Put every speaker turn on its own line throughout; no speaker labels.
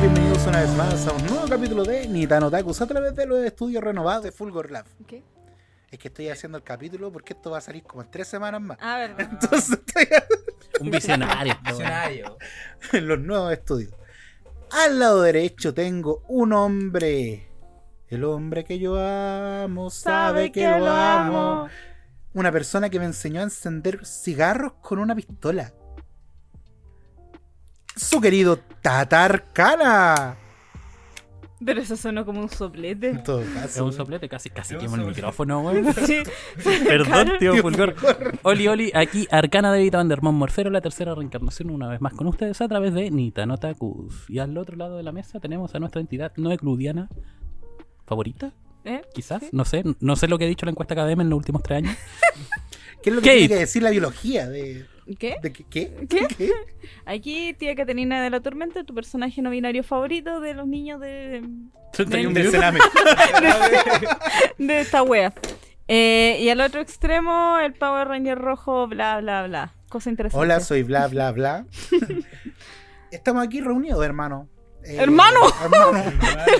vez más a un nuevo capítulo de Nitano Takus a través de los estudios renovados de Fulgor Lab.
¿Qué?
Es que estoy haciendo el capítulo porque esto va a salir como en tres semanas más.
Ah, verdad.
Entonces estoy
Un visionario. po, weón.
Visionario.
en los nuevos estudios. Al lado derecho tengo un hombre. El hombre que yo amo sabe que lo amo. Una persona que me enseñó a encender cigarros con una pistola. Su querido Tatar Kana.
Pero eso sonó como un soplete.
En todo
Es
caso.
un soplete, casi, casi
Es un
quemo el
soplete.
micrófono, weón.
Sí.
Perdón,
Claro.
tío Fulgor. Oli, Oli, aquí Arcana de Vita Vandermon Morfero, la tercera reencarnación, una vez más con ustedes a través de Nitanotakus. Y al otro lado de la mesa tenemos a nuestra entidad no ecludiana favorita,
¿Eh?
quizás.
Sí.
No sé, no sé lo que ha dicho la encuesta academia en los últimos tres años.
¿Qué es lo que
Kate.
tiene que decir la biología de,
¿Qué?
de qué? ¿Qué?
¿Qué?
¿Qué?
Aquí, tía Caterina de la Tormenta, tu personaje no binario favorito de los niños de,
Del
minutos.
salame.
de esta wea. Eh, y al otro extremo, el Power Ranger rojo, bla, bla, bla. Cosa interesante.
Hola, soy bla bla bla. Estamos aquí reunidos, hermano. Eh,
Hermano.
hermano.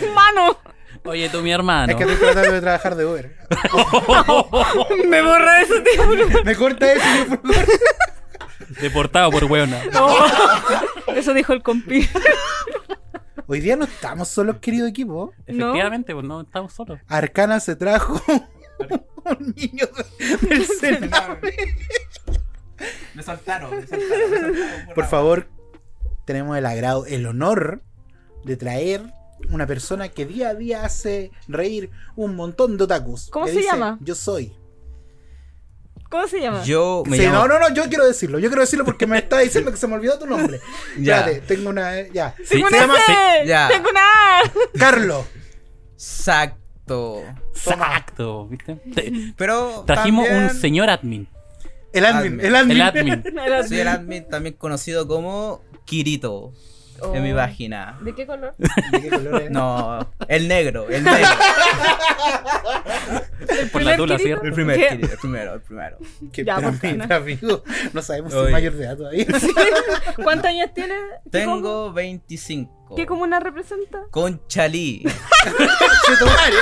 ¡Hermano!
Oye, tú, mi hermano.
Es que estoy tratando de trabajar de Uber.
Me borra eso, tío.
Me corta eso, yo, por favor.
Deportado por weona.
Oh. Eso dijo el compi.
Hoy día no estamos solos, querido equipo.
Efectivamente, pues no estamos solos.
Arcana se trajo un niño de- del Senado.
Me soltaron, me soltaron. me soltaron,
Por favor, tenemos el agrado, el honor de traer una persona que día a día hace reír un montón de otakus.
¿Cómo
que
se
dice,
llama?
Yo soy.
¿Cómo se llama?
Yo me
Sí,
llamo...
No, no, no, yo quiero decirlo. Yo quiero decirlo porque me está diciendo que se me olvidó tu nombre.
Ya.
Espérate, tengo una. eh, Ya.
Sí,
¡Tengo
se
una
llama-
C!
sí, ya.
¡Tengo una A!
Carlos.
Exacto.
Exacto, ¿viste? Te-
Pero
trajimos un
también
señor admin.
El admin. El admin.
El admin.
soy el admin también conocido como Kirito
Oh.
en mi página.
¿De qué color?
¿De qué color es?
No, el negro, el negro.
Por la
primer
tula,
Kirito?
¿cierto?
El primer
¿Qué?
Kirito, el primero, el primero.
Qué
Ya,
pero,
pues,
mira,
no.
amigo, no sabemos si
Oye.
es mayor de edad todavía.
¿Cuántos años tiene?
Tengo 25.
¿Qué comuna representa?
Con Chalí.
Se tomare.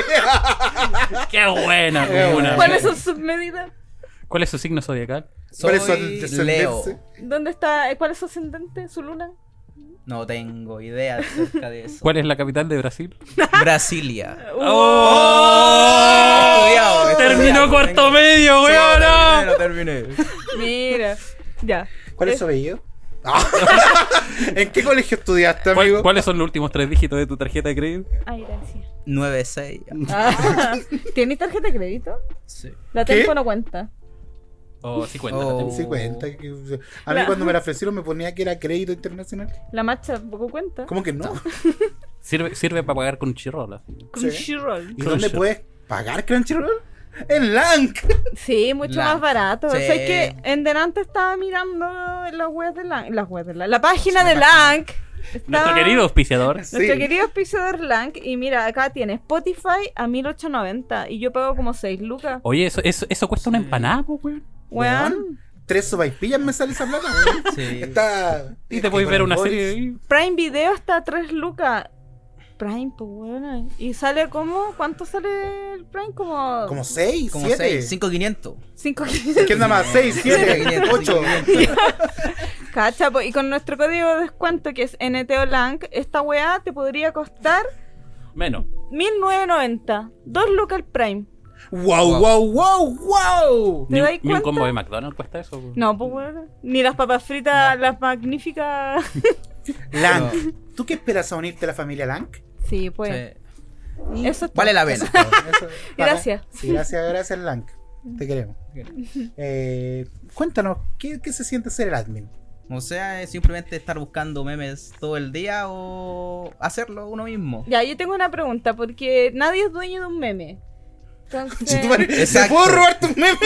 ¡Qué buena,
Qué
comuna!
buena.
¿Cuáles son sus medidas?
¿Cuál es su signo zodiacal?
¿Cuál
Soy
es su descendencia?
Leo.
¿Dónde está? eh, ¿Cuál es su ascendente? ¿Su luna?
No tengo idea acerca de eso.
¿Cuál es la capital de Brasil?
Brasilia.
¡Oh!
Estudiado,
Terminó
estudiado,
cuarto
tengo-
medio,
Sí,
weón.
lo terminé, lo terminé.
Mira. Ya.
¿Cuál es su apellido? Ah. ¿En qué colegio estudiaste, amigo?
¿Cuál- ¿Cuáles son los últimos tres dígitos de tu tarjeta de crédito?
Ay, Ah, gracias.
9-6.
Ah, ¿Tiene tarjeta de crédito?
Sí.
La
¿Qué?
tengo no cuenta.
O 50.
Oh.
la tengo.
Sí, cuenta. que- A mí
La-
cuando me la ofrecieron me ponía que era crédito internacional.
La marcha tampoco cuenta.
¿Cómo que no?
Sirve, sirve para pagar con chirola.
Crunchyroll.
¿Y dónde
Crunchyroll.
puedes pagar Crunchyroll? En Lank.
Sí, mucho
Lan.
más barato.
Sí.
O sea, es que en delante estaba mirando en las webs de Lank. Las webs de Lank. La página de Lank.
Nuestro
estaba-
querido auspiciador.
Nuestro
Sí.
querido auspiciador Lank. Y mira, acá tiene Spotify a 1890. Y yo pago como 6 lucas.
Oye, eso, eso, eso cuesta una empanada, po, weón.
Weón.
Tres sopaipillas me sale esa plata, weón.
Sí.
Está.
Y te podéis ver una
Boris.
serie. ahí.
Prime Video está a 3 lucas. Prime, pues weón. Y sale como. ¿Cuánto sale el Prime? Como.
Como seis,
Como
siete.
6, 5500.
5
¿Qué nada más? Seis, siete,
500,
ocho.
500.
Cacha, po, y con nuestro código de descuento que es NTOLANC, esta weá te podría costar
Menos.
1990. 2 lucas el Prime.
Wow, wow, wow, wow.
¿Te
Ni, un-
dais
ni un
cuenta?
combo de McDonald's cuesta eso. po.
No, pues weón. Ni las papas fritas, las magníficas.
Lank. ¿Tú qué esperas a unirte a la familia Lank?
Sí, pues.
Sí.
Eso es
Vale
todo.
la pena.
Eso-
Gracias.
Sí, gracias, gracias, Lank. Te queremos. Eh, cuéntanos, ¿qué, qué se siente ser el admin?
O sea, es simplemente estar buscando memes todo el día o hacerlo uno mismo.
Ya, yo tengo una pregunta, porque nadie es dueño de un meme. Entonces,
¿Se
Exacto.
puedo robar tus memes?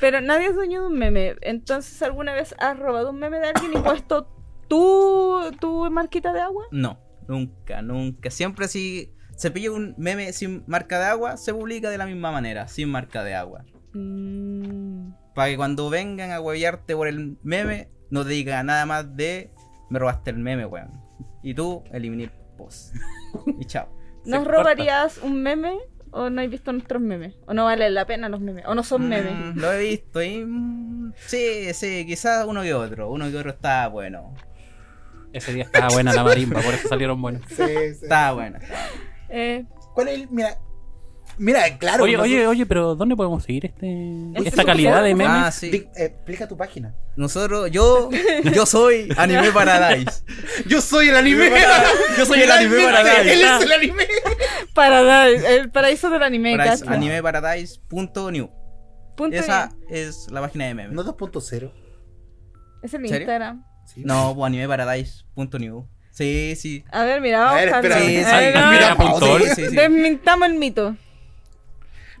pero nadie es dueño de un meme. Entonces, ¿alguna vez has robado un meme de alguien y puesto tu, tu marquita de agua?
No, nunca, nunca. Siempre si se pilla un meme sin marca de agua, se publica de la misma manera, sin marca de agua.
Mm.
Para que cuando vengan a huevearte por el meme, no te digan nada más de me robaste el meme, weón. Y tú, eliminé post. Y chao.
¿Nos
corta.
robarías un meme o no has visto nuestros memes? ¿O no vale la pena los memes? ¿O no son memes?
Mm, Lo he visto y. mm, Sí, sí, quizás uno que otro. Uno que otro está bueno.
Ese día estaba buena la marimba, por eso salieron buenos.
Sí, sí.
Está bueno.
Eh,
¿Cuál es el- Mira, mira, claro.
Oye,
no sé-
oye, oye, pero ¿dónde podemos seguir este,
Este
esta
es
calidad de memes?
Ah, sí.
Di- eh, explica tu página.
Nosotros, yo, yo soy Anime Paradise.
Yo soy el anime.
Yo soy el Anime Paradise.
Él
Ah.
es el anime.
Paradise, el paraíso del anime,
Paradise,
cacha.
Animeparadise.new.
Punto
Esa
net.
es la página de memes.
No 2.0.
Es el
¿En serio?
Instagram.
Sí.
No, pues animeparadise.new. Sí, sí.
A ver, mira, vamos
A ver,
buscando.
espera.
Sí,
Eh,
sí.
no,
Ah,
mira,
no,
punto
sí,
ol.
sí, sí.
Desmintamos el mito.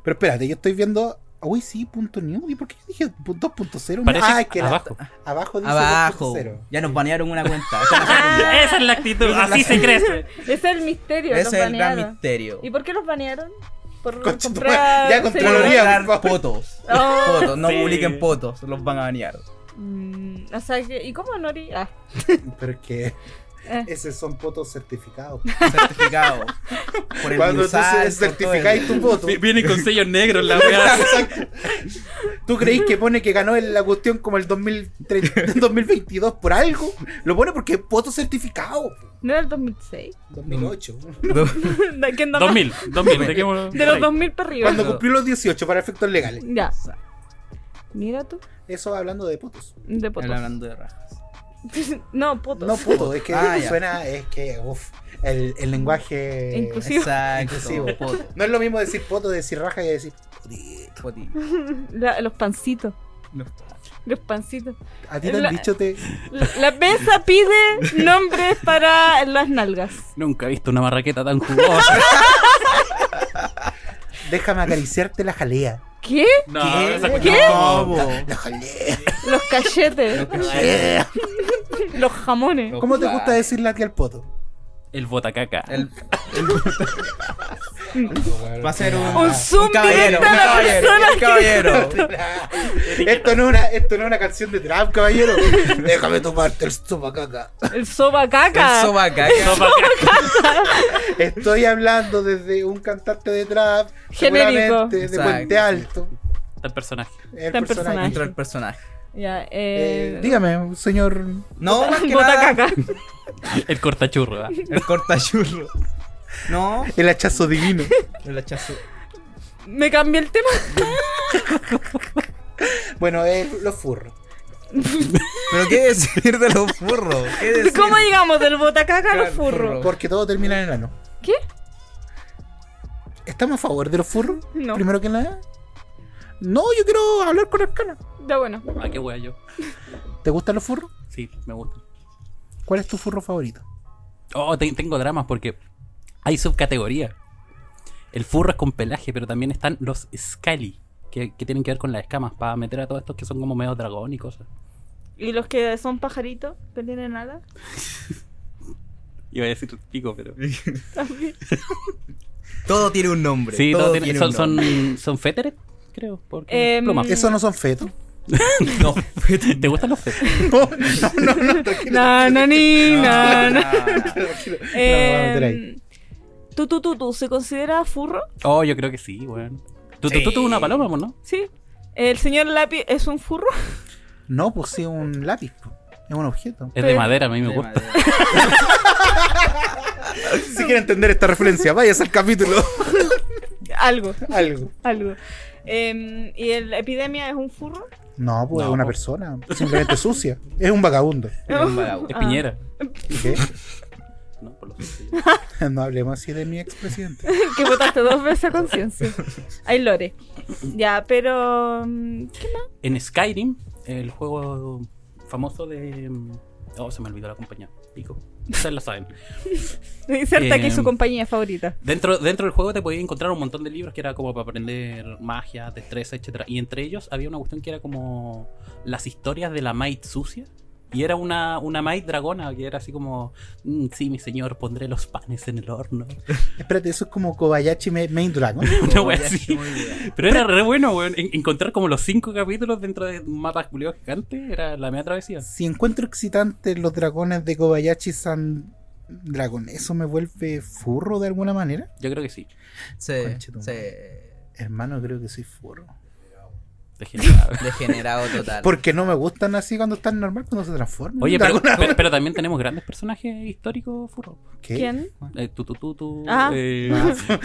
Pero espérate, yo estoy viendo. Uy, sí, punto new. ¿Y por qué yo dije pu- 2.0?
Parece
ah, es que la-
abajo.
abajo dice
Abajo.
2.0.
Ya nos banearon una cuenta.
Ah,
Ah, Esa es la actitud, así se crece.
Ese es el misterio,
Ese
los
es el gran
banearon.
misterio.
¿Y por qué los banearon? Por
Concha tu
comprar...
madre, ya
Por
Caloría,
seguidores.
mostrar
por favor.
fotos.
Oh.
Fotos, no
Sí.
publiquen fotos, los van a banear.
Mm, o sea, que- ¿y cómo Nori? Ah,
Pero es que
Eh.
esos son votos certificados.
Certificado. Por el
Cuando tú
Bursal, por
certificáis
todo
tu voto,
Viene con sellos negros la weá.
¿tú creís que pone que ganó en la cuestión como el 2003 2022 por algo? Lo pone porque es voto certificado.
¿no era el 2006?
2008.
el-
¿De quién no?
2000, 2000, ¿de qué modo?
De los 2000 para arriba.
Cuando cumplió los 18 para efectos legales.
Ya. Mira tú,
Eso hablando de potos.
de potos.
Hablando de rajas.
No, potos.
No puto, es que
Ah, ya.
suena, es que, uff, el, el lenguaje
Inclusivo. Sí.
Exacto.
Inclusivo.
Fotos.
No es lo mismo decir poto, decir raja que decir potito.
foti.
La- los pancitos.
Los-
Los pancitos.
A ti te
La-
han dicho te.
La, la mesa pide nombres para las nalgas.
Nunca he visto una marraqueta tan jugosa.
Déjame acariciarte la jalea.
¿Qué?
No,
¿Qué?
esa cuestión
¿Qué?
es como-
No,
La jalea.
Los cachetes. los jamones.
po.
¿Cómo te gusta decir la que al poto?
El botacaca.
El- Va a
Va
ser un,
Un zoom
caballero,
directo a la persona
un caballero, un caballero.
Esto no es una, esto no es una canción de trap, caballero. Déjame tomarte el sopacaca.
El soba
El
caca.
sobaca.
Sopacaca.
Estoy hablando desde un cantante de trap,
Genérico.
seguramente de
Exacto.
Puente Alto.
Tal personaje.
El
Tan
personaje.
Dentro del personaje.
Ya,
Eh,
eh.
dígame, señor.
No, más que
bota
nada,
caca.
El cortachurro. ¿ah?
El cortachurro. No,
El hachazo divino.
el hachazo.
Me cambié el tema.
bueno, eh, los furros.
Pero qué decir de los furros. ¿Qué decir?
¿Cómo llegamos del botacaca a los
Claro,
furros?
furro.
Porque todo termina en ano.
¿Qué?
¿Estamos a favor de los furros?
No.
Primero que nada. No, yo quiero hablar con Arcana.
Ya bueno.
Ah, qué wea yo.
¿Te gustan los furros?
Sí, me gusta.
¿Cuál es tu furro favorito?
Oh, te- tengo dramas porque hay subcategoría. El furro es con pelaje, pero también están los scally, que, que tienen que ver con las escamas, para meter a todos estos que son como medio dragón y cosas.
¿Y los que son pajaritos? ¿Que tienen alas?
Iba a decir pico, pero.
También.
Todo tiene un nombre.
Sí, todos
todo
tienen-
tiene
son,
un nombre.
son, son féteres, creo. Porque
Em,
plumas.
¿Eso no son fetos?
No,
¿Te gustan los féteres?
No, no, no, no, tranquilo.
Na, na, ni, na, na.
Ah,
tranquilo.
Em,
No, tranquilo.
¿Tú, tú, tú, tú, se considera furro?
Oh, yo creo que sí, weón. Tú, tú, tú, tú, una paloma, ¿no?
Sí. ¿El señor lápiz es un furro?
No, pues sí, un lápiz. po. Es un objeto.
Es de
Pero-
madera, a mí me gusta.
Si quiere entender esta referencia, váyase al capítulo.
Algo,
Algo.
algo. Em, ¿Y el epidemia es un furro?
No, pues
No,
es una
pues.
persona. Simplemente sucia. Es un vagabundo.
Es
Es
Ah.
piñera.
¿Qué?
No, por lo que
No hablemos así de mi expresidente.
que votaste dos veces a conciencia. Ay, Lore. Ya, pero. mm, ¿Qué más?
En Skyrim, el juego famoso de. Oh, se me olvidó la compañía. Pico. Ustedes lo saben.
Inserta aquí
Em,
su compañía favorita.
Dentro, dentro del juego te podías encontrar un montón de libros que era como para aprender magia, destreza, etcétera. Y entre ellos había una cuestión que era como las historias de la Maid sucia. Y era una, una Maid dragona que era así como: "Mm, Sí, mi señor, pondré los panes en el horno.
Espérate, eso es como Kobayashi Ma- Main Dragon.
Una wea así. Pero era re bueno, weón. En- encontrar como los cinco capítulos dentro de un mapa culiado gigante era la media travesía.
Si encuentro excitantes los dragones de Kobayashi San dragón, ¿eso me vuelve furro de alguna manera?
Yo creo que sí.
Sí,
Conche tu
sí.
Hermano, creo que soy furro.
Degenerado.
Degenerado total.
Porque no me gustan así cuando están normal, cuando se transforman.
Oye,
en
pero,
dragón.
pero- pero también tenemos grandes personajes históricos, furro.
¿Qué?
¿Quién?
Eh, tú, tú, tú, tú,
Ah.
eh,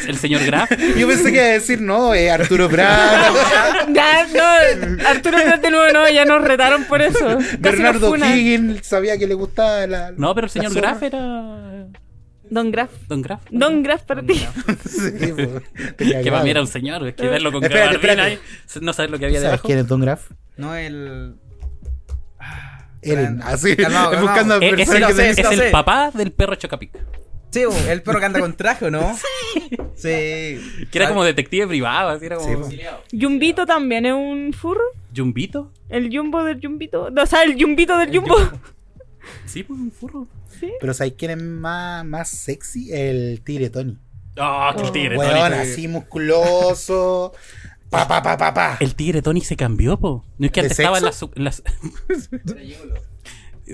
el señor Graf.
Yo pensé que iba a decir, no, eh, Arturo Bravo,
Ya, no, Arturo Prat de nuevo, no, ya nos retaron por eso. Casi nos
Bernardo
funan.
Higgins, sabía que le gustaba la...
No, pero
la
el señor
zorra.
Graf era. eh,
Don Graf.
Don Graf.
Don Graf para ti.
Sí, pues, tenía
Que para mí era
grave.
un señor. Es que verlo con
Espérate,
gabardina
espérate.
ahí, no saber lo que
¿Tú
había
¿Sabes
debajo.
quién es Don Graf?
No el.
Eren,
Grande.
así,
Calmado, calmado.
buscando a
Eh, Es,
personas
el,
lo
que
sé,
tengan-
es
lo
el
sé.
papá del perro Chocapic.
Sí, bo, el perro que anda con traje, ¿o ¿no? Sí. Sí.
Que era como detective privado, así era como.
Ah. Sí, pues.
Yumbito también es un furro.
¿Yumbito?
El jumbo del jumbito. O sea, el jumbito del jumbo.
Sí, pues un furro.
Pero ¿sabes quién es más, más sexy? El Tigre Tony.
Ah, que
Oh.
el tigre Tony.
Weón, así musculoso. Pa, pa, pa, pa, pa.
El tigre Tony se cambió, po. No es que
¿De
antes estaba en la,
sexo?
azu- en las-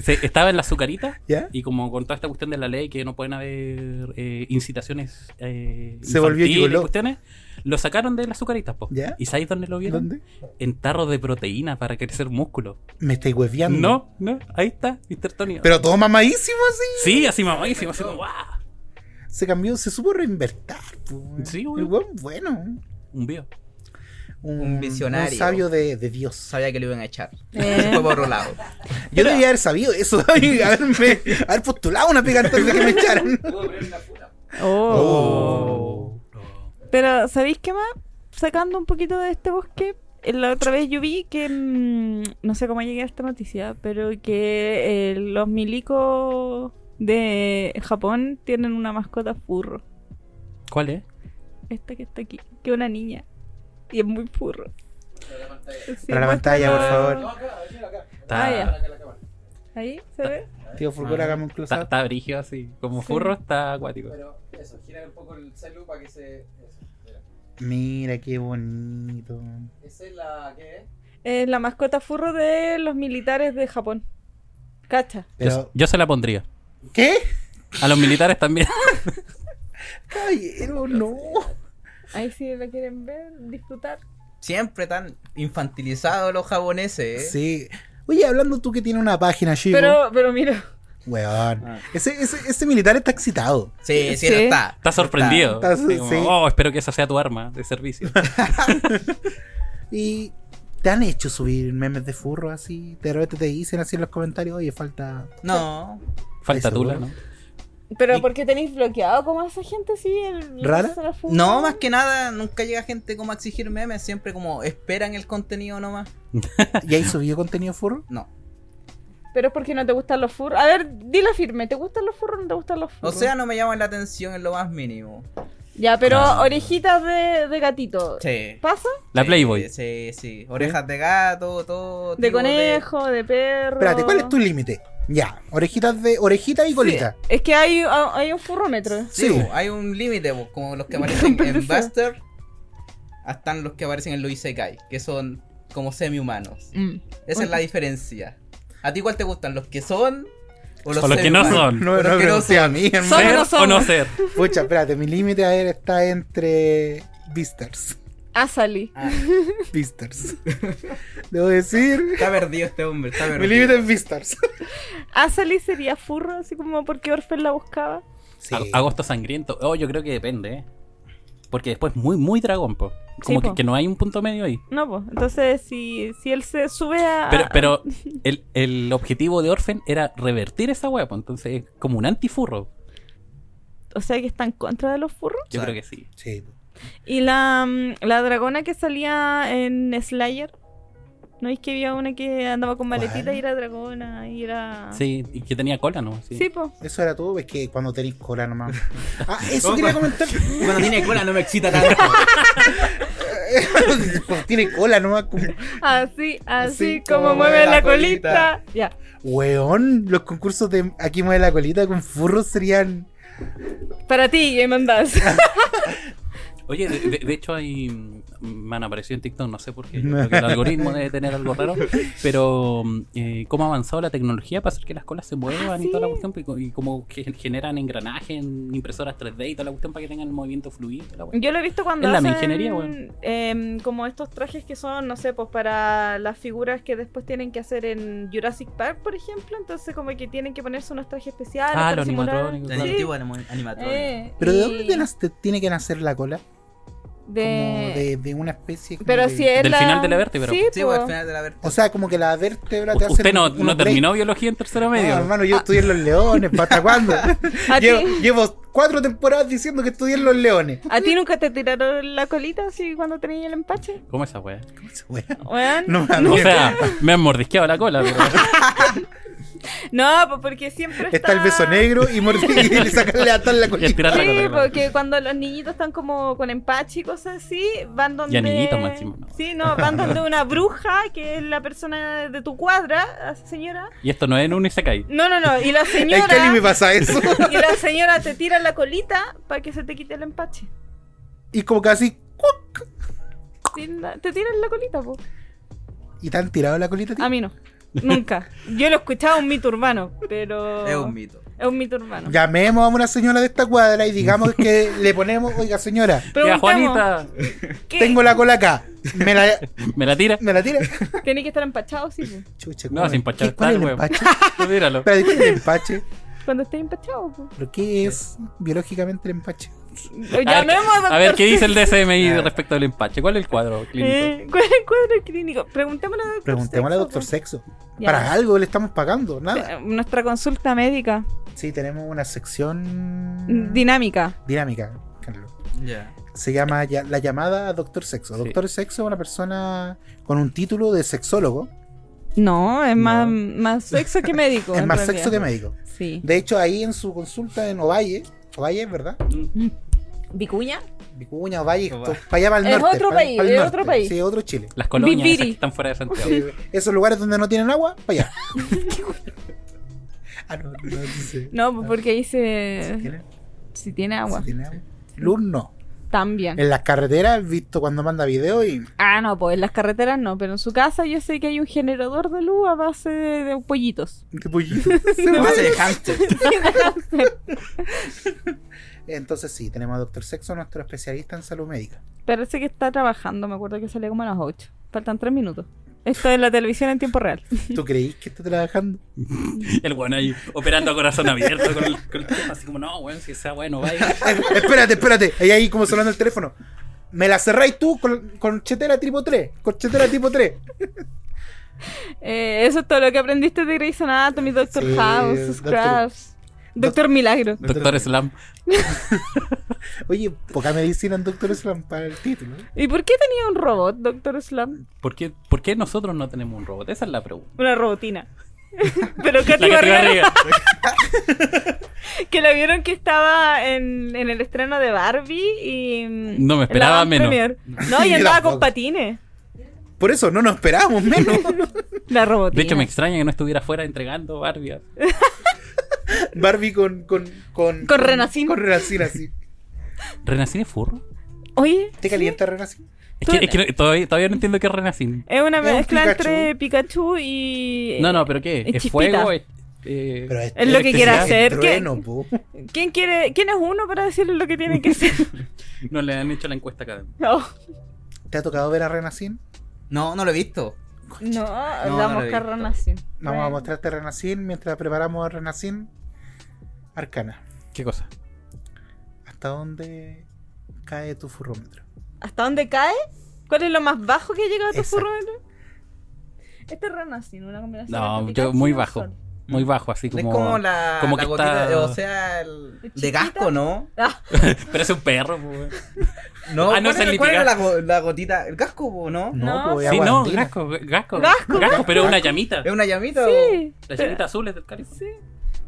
Se- estaba en la azucarita
¿Ya?
y como con toda esta cuestión de la ley que no pueden haber eh, incitaciones eh,
Se volvió
infantiles,
gigoló.
cuestiones, lo sacaron de las azucaritas, po.
¿Ya?
¿Y sabéis dónde lo vieron?
¿Dónde?
En tarros de proteína para crecer músculo.
Me estáis hueveando.
No, no, ahí está, Mr. Tony.
Pero todo mamadísimo así.
Sí, así mamadísimo, así como ¡guau!
Se cambió, se supo reinvertir.
Sí,
weón.
weón.
El weón, bueno.
Un bio.
Un,
Un visionario.
Un sabio de, de Dios.
Sabía que lo iban a echar.
Eh.
Se fue por otro lado.
Yo debía haber sabido eso. y haberme, haber postulado una pica antes de que me echaran.
Oh. Pero, ¿sabéis qué más? Sacando un poquito de este bosque, eh, la otra vez yo vi que. mm, no sé cómo llegué a esta noticia, pero que eh, los milicos de Japón tienen una mascota furro.
¿Cuál es?
Esta que está aquí, que es una niña. Y es muy furro. Sí,
Para la pantalla, por
muéstralo.
favor.
Está,
Ah, ya. Ahí se ve.
Tío Fulgor,
Ah.
hagamos un
está,
close-up.
está brígido así. Como
Sí.
furro está acuático.
Pero eso, gira un poco el celu para que se. Eso. mira.
Mira qué bonito.
Esa es la que es.
Es la mascota furro de los militares de Japón. Cacha.
yo,
Pero,
yo se la pondría.
¿qué?
A los militares también.
Caballero, no.
Ahí si la quieren ver, disfrutar.
Siempre tan infantilizados los japoneses. ¿eh?
Sí. Oye, hablando tú que tiene una página, Chico.
Pero, pero mira.
Weón. Ese, ese, ese militar está excitado.
Sí, sí,
Sí.
no está.
Está sorprendido.
Está-
Así como,
sí.
Oh, espero que esa sea tu arma de servicio.
Y te han hecho subir memes de furro así. De repente te dicen así en los comentarios, oye, falta.
No.
Falta
Eso,
tula,
bueno.
¿no?
Pero
Y-
porque tenéis bloqueado como a esa gente así el
¿Rara?
la furro?
No, más que nada, nunca llega gente como a exigir memes. Siempre como esperan el contenido nomás.
¿Y ahí subido contenido furro?
No.
Pero es porque no te gustan los furros. A ver, dilo firme, ¿te gustan los furros o no te gustan los
O
furros?
sea, no me llaman la atención en lo más mínimo.
Ya, pero
Claro.
orejitas de, de gatito.
Sí.
¿Pasa?
La
Sí,
Playboy.
Sí, sí. Orejas de gato, todo.
De
tipo
conejo, de perro.
Espérate, ¿cuál es tu límite? Ya, orejitas de. orejita y colita.
Es que hay, hay un furrómetro.
Sí,
Sí.
bo, hay un límite, bo, como los que aparecen en Buster, hasta los que aparecen en los Isekai, que son como semi-humanos. Esa es la diferencia. ¿A ti cuál te gustan? ¿Los que son o los,
O los que no
semi-humanos?
son.
No, no,
Pero que
no,
no
sí, a mí, hermano.
Son-
Ser
no
o no
somos.
ser.
Pucha, espérate, mi límite a ver está entre. Beastars.
Asali.
Ah,
Beastars. Debo decir.
está perdido este hombre, está
Mi
perdido.
límite es Beastars.
Asali sería furro, así como porque Orfeo la buscaba.
Sí.
Ag- Agosto sangriento. Oh, yo creo que depende, ¿eh? Porque después muy, muy dragón, po. Como
Sí,
que,
po.
que no hay un punto medio ahí.
No, pues. Entonces, si, si él se sube a.
Pero, pero el, el objetivo de Orphan era revertir esa hueá, po. Entonces, es como un antifurro.
O sea, que está en contra de los furros.
Yo
Claro.
creo que sí.
Sí.
Y la, mm, la dragona que salía en Slayer. ¿No es que había una que andaba con maletita
¿Cuál?
y era dragona? Y era.
Sí, y que tenía cola, ¿no? Sí.
Ah. Sí, po.
Eso era todo, es que cuando tenéis cola nomás. Ah, eso quería comentar.
Cuando tiene cola no me excita tanto.
Cuando tiene cola nomás. Como...
Así, así
Así
como
como
mueve la,
la
colita.
colita.
Ya.
Weón, los concursos de Aquí mueve la colita con furros serían.
Para ti, Game and Dance.
Oye, de, de- de hecho hay mm, me han aparecido en TikTok, no sé por qué, yo creo que el algoritmo debe tener algo raro, pero mm, eh, cómo ha avanzado la tecnología para hacer que las colas se muevan
Ah,
y toda la cuestión, y co- y cómo ge- generan engranajes en impresoras 3D y toda la cuestión para que tengan el movimiento fluido. y la cuestión.
Yo lo he visto cuando
Es la
hacen,
ingeniería, weón.
em, como estos trajes que son, no sé, pues para las figuras que después tienen que hacer en Jurassic Park, por ejemplo. Entonces, como que tienen que ponerse unos trajes especiales.
Ah,
para
los
simular-
animatrónicos,
El
claro.
antiguo animo- animatronic.
Eh,
Pero ¿de
y
dónde te nas- te tiene que nacer la cola?
de-
Como de, de una especie. como
Pero
de-
si es
Del
la-
final de la vértebra.
Sí,
Sí,
po.
pues al final de la vértebra.
O sea, como que la vértebra te hace.
Usted no,
unos
no
break.
terminó biología en tercera
No,
media. ¿no?
hermano, yo estudié en Los Leones. ¿pa' ¿Hasta cuándo?
¿A,
llevo,
ti,
llevo cuatro temporadas diciendo que estudié en Los Leones.
a ti nunca te tiraron la colita así cuando tenías el empache?
¿Cómo esa weá?
Bueno,
Weón.
no, Ah, no.
O sea, me han mordisqueado la cola, pero
No, pues porque siempre está...
Está el beso negro y mordi y le sacan le atan la
y
colita.
estirar la cola.
Sí,
claro.
porque cuando los niñitos están como con empache y cosas así, van donde.
a niñitos más encima, no.
Sí, no, van donde una bruja, que es la persona de tu cuadra, señora.
Y esto no es en un Isekai.
No, no, no, y la
Es que a mí me
señora.
pasa eso.
Y la señora te tira la colita para que se te quite el empache.
Y como casi. ¡cuac!
Sí, la- Te tiran la colita, po.
¿Y te han tirado la colita? tío?
A mí no. Nunca. Yo lo escuchaba un mito urbano, pero.
Es un mito.
Es un mito urbano.
Llamemos a una señora de esta cuadra y digamos que le ponemos, oiga señora,
Ya,
Preguntemos,
Juanita,
¿qué?
tengo la cola acá. ¿Me la,
me la tira.
me la tira?
Tiene que estar empachado, sí. po.
Chucha,
No,
¿cómo?
sin pachar
¿Qué- ¿Cuál es el
tal, weón.
empache?
Tú tíralo.
Espérate, ¿cuál es el empache?
Cuando esté empachado, po.
¿Pero qué es biológicamente el empache?
Ya
a, ver,
hablemos de
a ver,
Dr.
¿qué dice el DSMI
Claro.
respecto al empache? ¿Cuál es el cuadro clínico?
Eh, ¿Cuál es el cuadro clínico? Preguntémosle al doctor.
Preguntémosle al doctor
Sexo,
sexo.
Ya.
Para algo le estamos pagando,
po.
nada.
Eh, Nuestra consulta médica
Sí, tenemos una sección
dinámica.
dinámica, Carlos.
Ya.
Se llama ya- la llamada a doctor sexo.
Sí.
Doctor sexo es una persona con un título de sexólogo.
No, es
No.
Más, más sexo que médico.
es
en
más
realidad.
sexo que médico.
Sí.
De hecho, ahí en su consulta en Ovalle, Ovalle, ¿verdad?
¿Vicuña?
Vicuña, Ovalle, esto-
Ovalle.
para allá para el
Es
norte.
otro
para-
país,
para el
es
norte.
otro país.
Sí, otro Chile.
Las colonias
Bibiri.
esas que están fuera de Santiago.
Sí, esos lugares donde no tienen agua, para allá. ah, no, no dice.
No, pues porque dice
Si tiene-
si tiene
si
agua.
tiene agua. Luz no.
También.
En las carreteras, visto cuando manda video y.
Ah, no, pues en las carreteras no, pero en su casa yo sé que hay un generador de luz a base de, de pollitos.
de pollito.
A base de hamster.
Entonces, sí, tenemos a Doctor Sexo, nuestro especialista en salud médica.
Parece que está trabajando, me acuerdo que salió como a las 8. Faltan 3 minutos. Esto es la televisión en tiempo real.
¿Tú creís que está trabajando?
El weón ahí operando a corazón abierto con el, con el tema, así como, no, weón, si sea bueno, vaya.
Eh, espérate, espérate. Ahí, ahí, como sonando el teléfono. Me la cerráis tú con, con chetera tipo 3. Con chetera tipo 3.
Eh, eso es todo lo que aprendiste de Grey's Anatomy, Doctor
Sí,
House,
Doctor-
Scraps, Doctor Milagro.
Doctor Slam.
Oye, poca medicina en Doctor Slam para el título. ¿eh?
¿Y por qué tenía un robot, Doctor Slam?
¿Por qué, ¿Por qué nosotros no tenemos un robot? Esa es la pregunta.
Una robotina. Pero Katy
La que te
Barriga,
arriba.
que la vieron que estaba en, en el estreno de Barbie y... mm,
No me
la
esperaba
Van
menos.
Premier. No, y
Yo
andaba
tampoco.
con patines.
Por eso no nos esperábamos menos.
La robotina.
De hecho, me extraña que no estuviera afuera entregando Barbie.
Barbie con. Con, con,
Con Renacin.
Con Renacin, así.
¿Renacine es furro?
Oye,
¿Te calienta Renacin?
Es
Tú-
que, es que no- todavía, todavía no entiendo qué es Renacine.
es una
Es un
mezcla
Pikachu.
entre Pikachu y... eh,
No, no, pero ¿qué?
es
¿Es,
chispita.
fuego? ¿Es, eh,
Es lo que quiere
electricidad?
hacer, que-
Trueno, po.
¿Quién, quiere, ¿Quién es uno para decirle lo que tiene que ser?
No le han hecho la encuesta acá.
No,
¿Te ha tocado ver a Renacin?
No, no lo he visto.
no,
no
la
lo he
moscarrona
visto.
así.
Vamos a mostrarte Renacin mientras preparamos a Renacin. Arcana.
¿Qué cosa?
¿Hasta dónde cae tu furrómetro?
¿Hasta dónde cae? ¿Cuál es lo más bajo que ha llegado a tu
Exacto.
furrómetro? Este es Renacin, una combinación.
No,
entre
yo
Pikachu
muy
y un
bajo.
sol.
Muy bajo, así como.
es como la,
como
la
que
gotita,
está-
o sea, el- de
¿Chiquita?
casco, ¿no?
Ah,
Pero es un perro, po, weón.
No,
Ah, no,
¿cuál
esa es
era- cuál era
litigar.
la, go- la gotita? ¿El casco o no?
No,
po, es
Sí,
agua
no, pues,
andina.
gasco, gasco.
Gasco.
Gasco, pero una llamita.
¿Es una llamita?
sí.
La
pero-
llamita azul es del Cali.
Sí.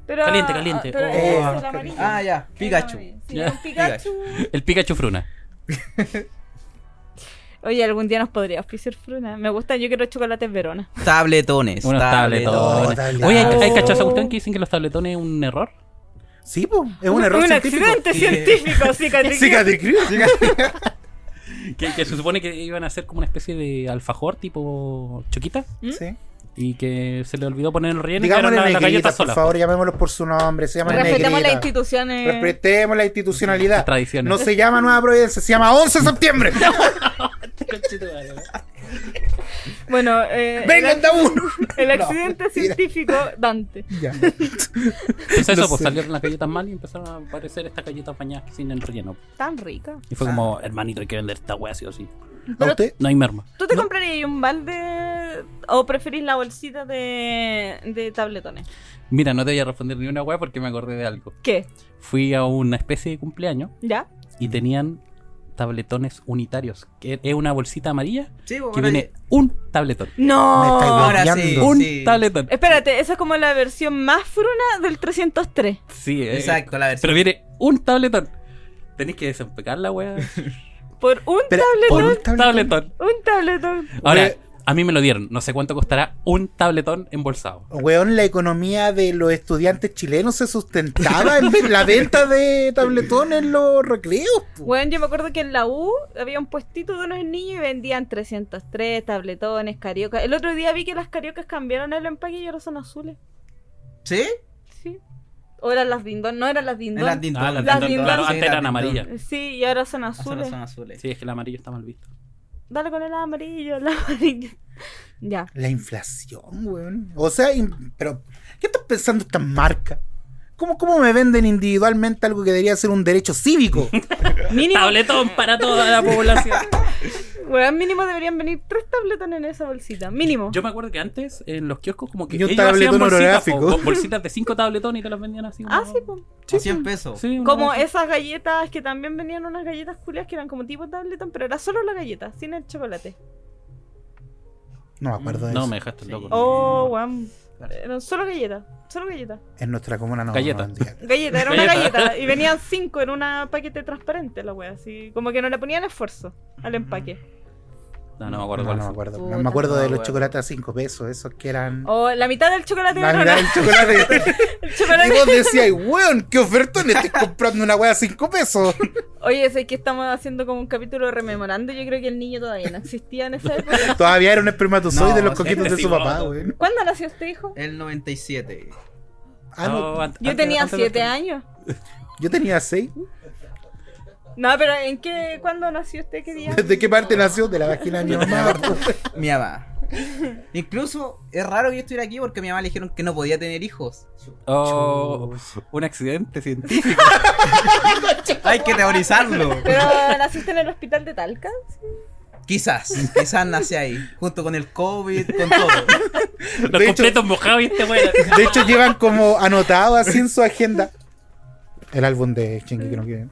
Pero, ah,
Caliente, caliente.
Pero
Oh,
ese es el
caliente.
o...?
amarillo.
Ah, ya,
Ese es el
Pikachu.
amarillo. Sí,
Ya.
era un Pikachu.
El Pikachu Fruna.
Oye, algún día nos podría auspiciar fruna. Me gustan, yo quiero chocolates Verona.
Tabletones.
Unos tabletones.
tabletones.
Oye, hay, hay
Oh.
cachazo cuestión que dicen que los tabletones es un error.
Sí, po, es un error
un
científico.
accidente
Sí.
científico, cicatriz.
Cicatriz.
Que, que se supone que iban a hacer como una especie de alfajor tipo choquita
Sí.
y que se le olvidó poner el relleno y quedaron
Digámosle
la, la galleta
negritas, por
sola.
favor, llamémoslos por su nombre. Se llaman
Respetamos las
negritas.
instituciones.
Respetemos la institucionalidad.
Las tradiciones.
No se llama Nueva Providencia, se llama 11 de septiembre.
Bueno, eh,
¡Venga,
el,
anda uno!
el
No,
accidente
mentira.
científico, Dante.
Ya.
Entonces eso,
No
pues
sé.
salieron las galletas mal y empezaron a aparecer estas galletas bañadas sin el relleno.
Tan rica.
Y
Ah.
fue como, hermanito, hay que vender esta wea así o sí.
¿A usted?
No hay merma.
¿Tú te comprarías un balde o preferís la bolsita de, de tabletones?
Mira, no te voy a responder ni una wea porque me acordé de algo.
¿Qué?
Fui a una especie de cumpleaños
¿Ya?
y tenían tabletones unitarios, que es una bolsita amarilla
Sí,
que viene un tabletón.
No.
estáis
Ahora sí.
Bloqueando.
Un
sí.
tabletón.
Espérate, esa es como la versión más fruna del 303.
Sí, eh,
Exacto, la versión.
Pero viene un tabletón. Tenéis que desempecar la wea.
Por un
Pero, ¿por
tabletón.
un
tabletón.
tabletón?
Un tabletón.
Ahora,
Oye.
a mí me lo dieron. No sé cuánto costará un tabletón embolsado.
Weón, la economía de los estudiantes chilenos se sustentaba en ve- la venta de tabletones en los recreos. po.
Bueno, yo me acuerdo que en la U había un puestito de unos niños y vendían 303, tabletones, cariocas. El otro día vi que las cariocas cambiaron el empaque y ahora son azules.
¿Sí?
Sí. O eran las dindón, no eran las dindón.
Las Dindon.
Ah, las
Las
Dindon,
Dindon.
claro,
Sí,
antes
las
eran
Dindon.
amarillas.
Sí, y ahora son
Las zonas
azules.
son azules.
Sí, es que el amarillo está mal visto.
Dale con el amarillo, el amarillo. Ya.
La inflación, weón. O sea, in- pero ¿qué estás pensando esta marca? ¿Cómo, ¿Cómo me venden individualmente algo que debería ser un derecho cívico?
Mínimo,
Tabletón para toda la población.
weón, mínimo deberían venir tres tabletones en esa bolsita. Mínimo.
Yo me acuerdo que antes en los kioscos como que
Y un
ellos hacían
tabletón
bolsitas,
orográfico.
po, bo- bolsitas de cinco tabletones y te las vendían así.
ah,
como-
sí, pues.
A 100 pesos.
Sí, una
Como
wea así.
esas galletas que también venían unas galletas culias que eran como tipo tabletón, pero era solo la galleta, sin el chocolate.
No me acuerdo de
No,
Ah, eso.
me dejaste loco.
Oh, weón. Eran solo galletas, solo galletas.
En nuestra comuna no.
Galleta.
no vendían.
Galleta, era una
Galleta.
galleta. Y venían cinco en una paquete transparente, la wea. Así como que no le ponían esfuerzo
Mm.
al empaque.
No, no me
No,
acuerdo
no
cuál
me
fue.
acuerdo.
Puta,
No me acuerdo de
no,
los
weón. Oh,
chocolates a 5 pesos, esos que eran.
O la mitad del chocolate
la
era
mitad del chocolate.
el
y
chocolate.
vos decías, weón, qué ofertón, estoy comprando una weá a 5 pesos.
Oye, sé que estamos haciendo como un capítulo rememorando. Yo creo que el niño todavía no existía en esa época.
Todavía era un espermatozoide
No,
de los
sí,
coquitos de
sí,
su
no.
papá, weón.
¿Cuándo nació este hijo?
El 97.
Ah, no,
Oh, an-
Yo
antes-
tenía
antes de-
siete años.
Yo tenía 6.
No, pero ¿en qué? ¿Cuándo nació este usted? ¿Qué día?
¿De qué parte nació? De la vagina de mi mamá.
Mi mamá. Incluso es raro que yo estuviera aquí porque a mi mamá le dijeron que no podía tener hijos.
Oh, un accidente científico.
Hay que teorizarlo.
¿Pero naciste en el hospital de Talca?
Quizás, quizás nace ahí, junto con el COVID, con todo.
Los
hecho-
completos mojados y este weón.
De hecho, llevan como anotado así en su agenda. El álbum de Chingy que no quieren.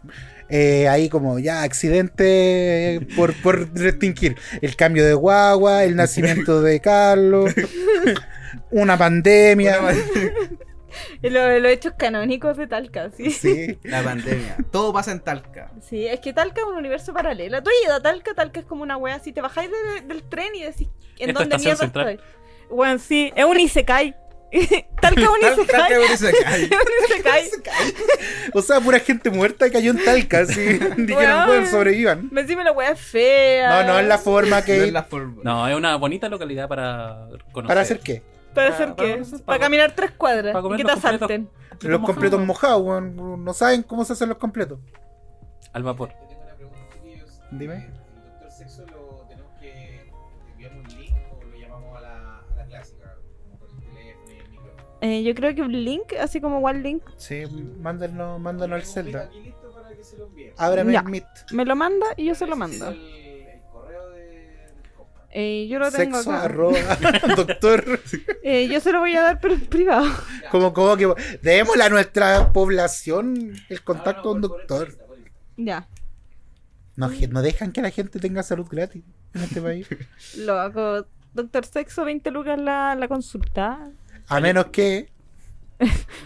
Eh, ahí como ya accidente por, por restringir. El cambio de guagua, el nacimiento de Carlos, una pandemia.
Los, los hechos canónicos de Talca, sí.
Sí.
La pandemia. Todo pasa en Talca.
Sí, es que Talca es un universo paralelo. Tú has ido a Talca, Talca es como una wea así. Te bajáis de- del tren y decís, ¿en
Esta
dónde
estación
mierda
central.
estoy? Bueno, sí, es un Isekai. Talca es un
Tal- Talca
Isekai.
es un
Es
Isekai.
un Isekai.
O sea, pura gente muerta cayó en Talca. Sí. Dijeron,
Weón.
pueden sobrevivan.
Me encima la wea es fea.
No, no es la forma
No
que.
es la forma.
No, es una bonita localidad para conocer.
¿Para hacer qué?
¿Para
Para-
hacer qué?
para- para-
Para caminar tres cuadras
para
y
comer
que te
los completos.
asalten.
Los completos mojados, weón. No saben cómo se hacen los completos.
Al vapor.
Dime.
El doctor sexo lo tenemos que enviamos un link o lo llamamos a la, a la clásica, como con el teléfono y el micrófono.
Eh, yo creo que un link, así como One Link,
Sí, mándanos, mándanos al
Tenemos
Zelda.
un link Aquí listo para que se lo envíe.
Ábrame
Ya.
el Meet.
me lo manda y yo se lo mando.
El, el correo de, del compa.
Eh, yo lo tengo
Sexo
acá.
arroba doctor.
Eh, yo se lo voy a dar, pero en privado.
Como, como que démosle a nuestra población el contacto con doctor.
Ya,
No, je- no dejan que la gente tenga salud gratis en este país.
lo hago. Doctor Sexo, 20 lucas la, la consulta.
A menos que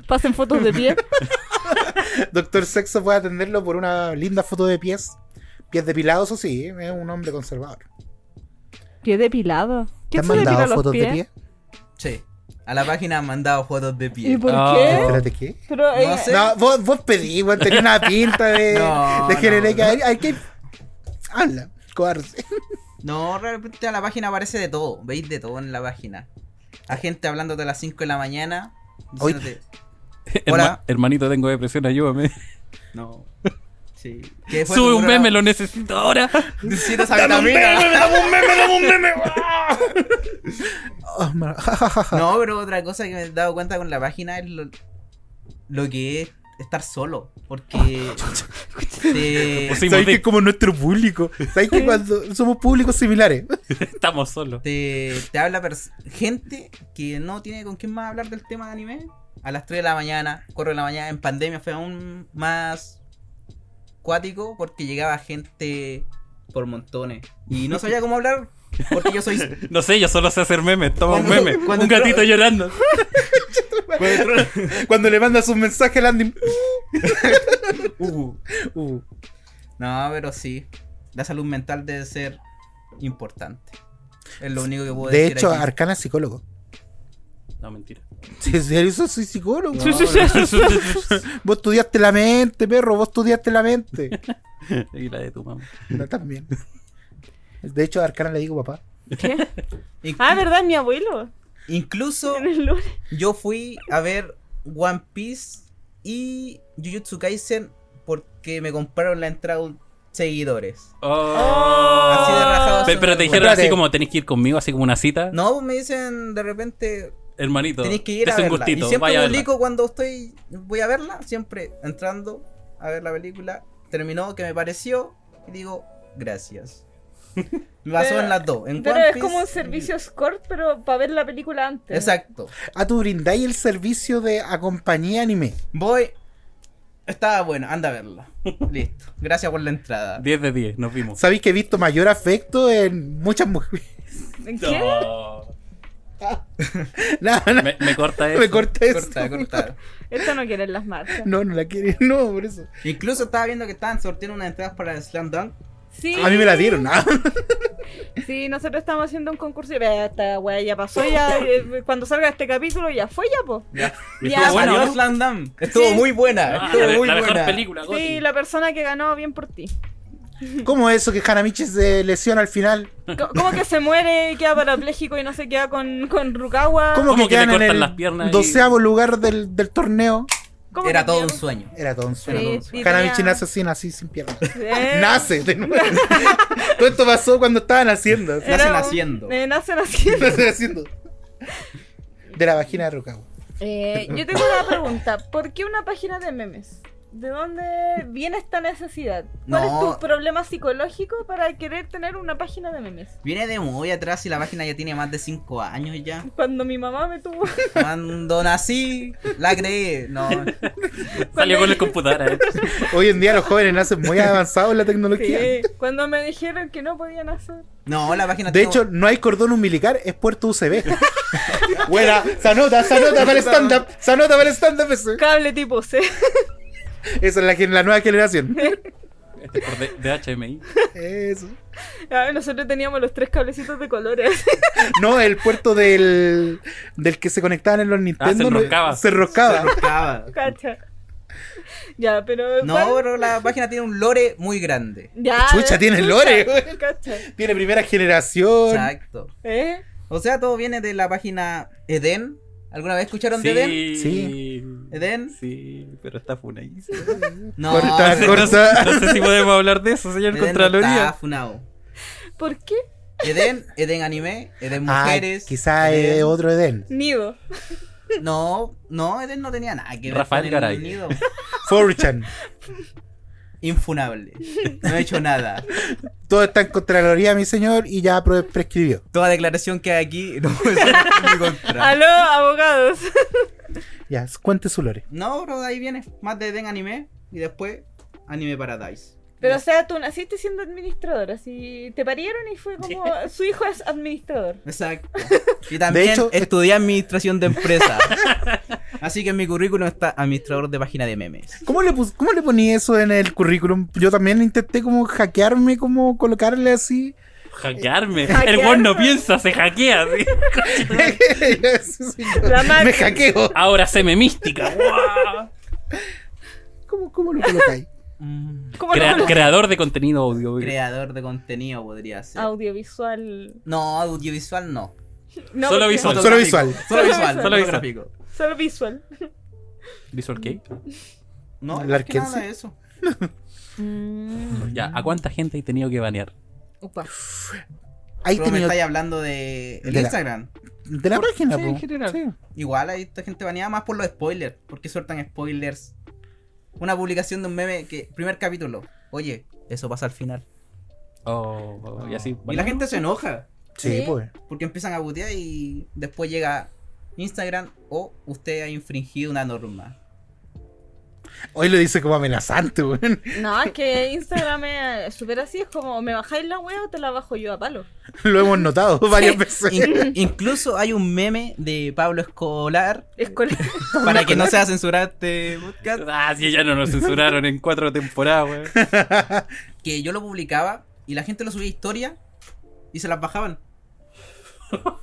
Pasen fotos de pie.
doctor sexo pueda atenderlo por una linda foto de pies. Pies depilados, eso sí, ¿eh? es un hombre conservador.
Pie depilado.
¿Te
¿Quién
han
se depila
mandado
los
fotos
pies?
de pies?
Sí. A la página han mandado fotos de
¿Y
pie.
por
Ah.
qué?
Espérate, ¿qué?
Pero eh,
No
ella-
sé.
No, vos, vos pedí, weón, tenía una pinta de,
No,
de
no,
genérica.
no.
Hay- Hay que. Habla, cobarde.
No, realmente a la página aparece de todo. Veis de todo en la página. A gente hablándote a las 5 de la mañana.
Hoy-
diciéndote-
Herma-
Hola.
hermanito, tengo depresión, ayúdame.
No. Sí. ¿Qué fue tu
Sube un
número?
meme, lo necesito ahora.
Necesito esa vitamina.
Oh, ma- ja, ja, ja, ja.
No, pero otra cosa que me he dado cuenta con la página es lo, lo que es estar solo. Porque. te,
Sí,
Sabes que
Modi.
es como nuestro público. Sabes que cuando somos públicos similares.
Estamos solos.
te, te habla pers- gente que no tiene con quién más hablar del tema de anime. A las 3 de la mañana, 4 de la mañana, en pandemia fue aún más cuático porque llegaba gente por montones. Y no sabía cómo hablar porque yo soy...
No sé, yo solo sé hacer memes. Toma un
Cuando-
meme.
cuando
Un gatito
entró-
llorando.
Cuando le mandas un mensaje al Andy. Uh.
No, pero sí. La salud mental debe ser importante. Es lo único que puedo
De
decir
hecho,
aquí.
Arcana es psicólogo.
No, mentira.
Sí, en serio, eso soy psicólogo.
Sí, sí, sí, sí, sí.
Vos estudiaste la mente, perro. Vos estudiaste la mente.
y la de tu mamá.
No, también. De hecho, a Arcana le digo papá.
¿Qué?
Inc-
Ah, ¿verdad? Mi abuelo.
Incluso
En el lunes.
yo fui a ver One Piece y Jujutsu Kaisen porque me compraron la entrada un- seguidores. Oh. Así de rajado.
Oh. Pe- pero te dijeron
Espérate.
así como tenés que ir conmigo, así como una cita.
No, pues me dicen de repente,
Hermanito,
tenéis que ir
te
a
hace un
verla.
gustito.
y siempre
vaya a verla.
publico cuando estoy, voy a verla, siempre entrando a ver la película. Terminó, que me pareció, y digo, gracias. Me pasó
Pero-
en las dos. En
Pero
One
es como un
Piece y-
servicio escort, pero para ver la película antes.
Exacto.
Ah, tú brindáis el servicio de acompañar anime.
Voy. Estaba bueno, anda a verla. Listo. Gracias por la entrada.
10 de 10, nos vimos.
Sabéis que he visto mayor afecto en muchas mujeres.
¿Qué?
No.
No, no,
Me, me corta eso.
me corta eso.
Corta, corta.
Esto no quieren las marcas.
No, no la quiere. No, por eso.
Incluso estaba viendo que estaban sorteando unas entradas para Slam Dunk.
Sí,
A mí me la dieron. ah.
sí, nosotros estamos haciendo un concurso y vea, esta weá ya pasó, ya eh, cuando salga este capítulo ya fue ya, po.
Ya.
Y
Ya,
estuvo
bueno,
salió
¿no?
Slam Dunk. Estuvo
Sí.
muy buena.
Ah,
estuvo
la,
muy
la mejor
buena.
película, Gotti.
Sí, la persona que ganó, bien por ti.
¿Cómo es eso que Hanamichi se lesiona al final?
Co- ¿Cómo que se muere y queda parapléjico y no se queda con, con Rukawa?
¿Cómo,
¿Cómo
que
que le
quedan en
cortan
el
las piernas y-
doceavo lugar del, del torneo?
¿Cómo
Era
que
todo un
pierde?
sueño.
Era todo un sueño.
Sí, sí,
Era
Hanamichi
tenía-
nace así, así sin piernas.
Eh,
Nace de nuevo. todo esto pasó cuando estaban haciendo.
era
nacen
un-
haciendo.
eh, nacen haciendo.
Estaban haciendo. De la vagina de Rukawa.
Eh, yo tengo una pregunta. ¿Por qué una página de memes? ¿De dónde viene esta necesidad? ¿Cuál
No.
es tu problema psicológico para querer tener una página de memes?
Viene de muy atrás y la página ya tiene más de 5 años ya.
Cuando mi mamá me tuvo...
Cuando nací, la creí. No.
Salió con la computadora. eh.
Hoy en día los jóvenes nacen muy avanzados en la tecnología.
Sí, cuando me dijeron que no podían hacer.
No, la página
De
tiene-
hecho, no hay cordón umbilical, es puerto UCB. Buena, se anota, se anota para el stand-up, se anota para el stand-up. ese.
Cable tipo C.
Esa es la, gen- la nueva generación.
Este por D- DHMI.
Eso.
Ah, Nosotros teníamos los tres cablecitos de colores.
No, el puerto del, del que se conectaban en los Nintendo.
Ah, se
no-
enroscaba.
Se enroscaba.
Acaba.
Cacha. Ya, pero.
No,
¿cuál-
pero la página tiene un lore muy grande.
Ya. eh,
Chucha, tiene
chucha,
lore, güey.
Cacha.
Tiene primera generación.
Exacto.
¿Eh?
O sea, todo viene de la página Eden. ¿Alguna vez escucharon de Eden?
Sí.
Sí.
¿Eden?
Sí, pero está funadísimo.
No,
Corta,
Eden
corta.
No sé si podemos hablar de eso, señor
no está
Contraloría.
funado.
¿Por qué?
Eden, Eden anime, Eden
Ah,
mujeres.
quizá eh,
Eden-
es otro Edén.
Nido.
No, no, Eden no tenía nada que ver
Rafael
con el
Garay.
nido.
Forchan.
Infunable. No he hecho nada.
Todo está en Contraloría, mi señor, y ya pre- prescribió.
Toda declaración que hay aquí no puede ser en mi contra.
Aló, abogados.
Ya, cuente su lore.
No, pero de ahí viene más de Eden anime y después Anime Paradise.
Pero, o sea, tú naciste siendo administradora. Si te parieron y fue como. eh, Su hijo es administrador.
Exacto. Y también
hecho,
estudié administración de empresas. Así que en mi currículum está administrador de página de memes.
¿Cómo le, pus- ¿Cómo le poní eso en el currículum? Yo también intenté como hackearme, como colocarle así.
Hackearme.
Hackearme.
El weón no piensa, se hackea. así.
Eso sí, yo-
La Matrix.
me hackeo.
Ahora se me mística. ¡guau!
¿Cómo, cómo lo colocáis?
¿Cómo
Crea-
lo-
creador de contenido audio.
Creador de contenido podría ser.
Audiovisual.
No, audiovisual no.
No,
Solo
porque-
visual.
Solo visual.
Solo visual,
Solo
solo
visual.
gráfico.
Solo visual.
Visual Kei.
No,
El
es que
Arkense.
nada de eso.
Mm,
Ya, ¿a cuánta gente he tenido que banear?
Upa.
Ahí
Pero me
tenía.
estáis hablando de el
De la-
Instagram.
De la página,
Sí,
po.
en general.
Sí.
Igual hay esta gente baneada más por los spoilers. Porque sueltan spoilers. Una publicación de un meme que. Primer capítulo. Oye, eso pasa al final.
Oh, oh, y así.
Y la gente se enoja.
Sí,
Sí.
pues.
Porque empiezan a butear y después llega Instagram o usted ha infringido una norma.
Hoy lo dice como amenazante, weón.
No, es que Instagram es súper así, es como, ¿me bajáis la wea o te la bajo yo a palo?
Lo hemos notado varias veces.
In- incluso hay un meme de Pablo Escolar
Es con-
para que no sea censurado este podcast.
Ah, sí, ya no nos censuraron en cuatro temporadas, weón.
Que yo lo publicaba y la gente lo subía a historia y se las bajaban.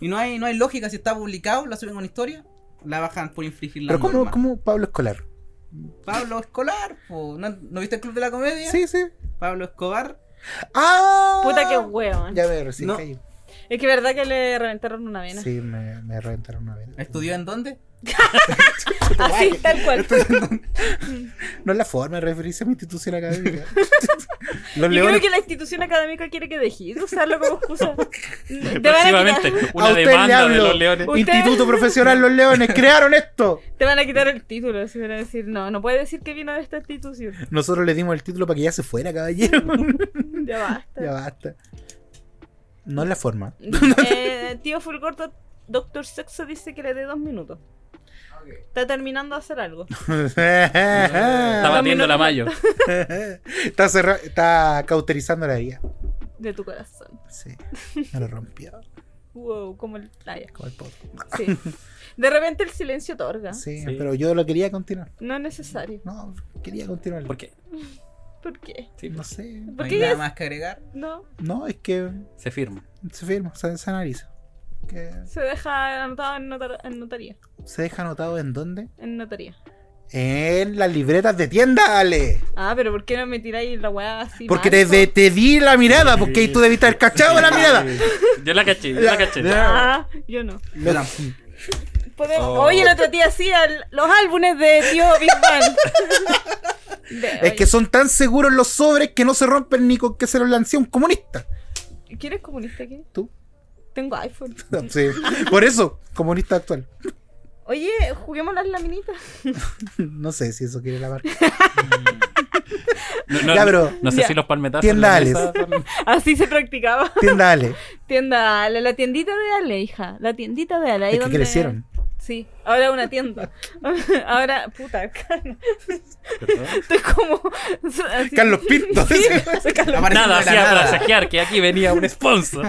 Y no hay, no hay lógica, si está publicado, la suben a una historia, la bajan por infringir la
Pero ¿cómo,
norma.
cómo Pablo Escolar?
Pablo Escolar, po. ¿No, no viste el Club de la Comedia?
Sí, sí.
Pablo Escobar.
¡Ah!
Puta que weón.
Ya me recién
No.
caí.
Es que verdad que le reventaron una vena.
Sí, me, me reventaron una vez.
¿Estudió en dónde?
Así, tal cual.
No es la forma de referirse a mi institución académica. Los
Yo creo
leones.
que la institución académica quiere que dejes de usarlo como excusa. Te van a quitar,
Próximamente,
A
una
usted le
demanda de
hablo.
los leones.
Uy.
Instituto Profesional Los Leones, crearon esto.
te van a quitar el título, si van a decir, no, no puede decir que vino de esta institución.
Nosotros le dimos el título para que ya se fuera, caballero.
Ya basta.
ya basta. No es la forma.
Eh, tío Fulgorto, Doctor Sexo dice que le dé dos minutos. Está terminando de hacer algo.
Está
está,
batiendo la mayo.
cerra- está cauterizando la herida.
De tu corazón.
Sí. Me lo rompió.
Wow, como el... ah, ya.
Como el poto.
Sí. De repente el silencio otorga.
Sí,
Sí.
pero yo lo quería continuar.
No es necesario.
No, quería continuar.
¿Por qué?
¿Por qué?
Sí,
No sé.
No
¿Por
hay
qué
nada
es?
más que agregar.
No,
No, es que
se firma.
se firma, se, se analiza. Que
se deja anotado en, notar- en notaría.
se deja anotado en dónde?
En notaría.
En las libretas de tienda, Ale.
Ah, pero ¿por qué no me tiráis la weá así?
Porque
mal,
te,
po?
te, te di la mirada, porque ahí tú debiste haber cachado la mirada.
Yo la caché, yo la caché.
Ah, yo no.
Lo-
Podemos-
Oh.
Oye, lo traté así al- los álbumes de tío Big Bang. De-
es que son tan seguros los sobres que no se rompen ni con que se los lance un comunista.
oye, ¿Quién es comunista aquí?
Tú.
Tengo iPhone.
Sí. Por eso, comunista actual.
Oye, juguemos las laminitas.
No sé si eso quiere la marca.
No, no-
Ya, pero-
no sé
Ya.
si los palmetazos.
Tienda
en la
Alex.
mesa son-
Así se practicaba.
Tienda Ale.
Tienda Ale, la tiendita de Ale, hija. La tiendita de Ale. ahí
Es que
donde-
crecieron.
Sí, ahora es una tienda. Ahora, puta, estoy
¿Perdón?
como. así-
Carlos Pinto.
Sí, soy Carlos-
Apareciendo
Nada,
de la
hacía
nada.
presagiar que aquí venía un sponsor.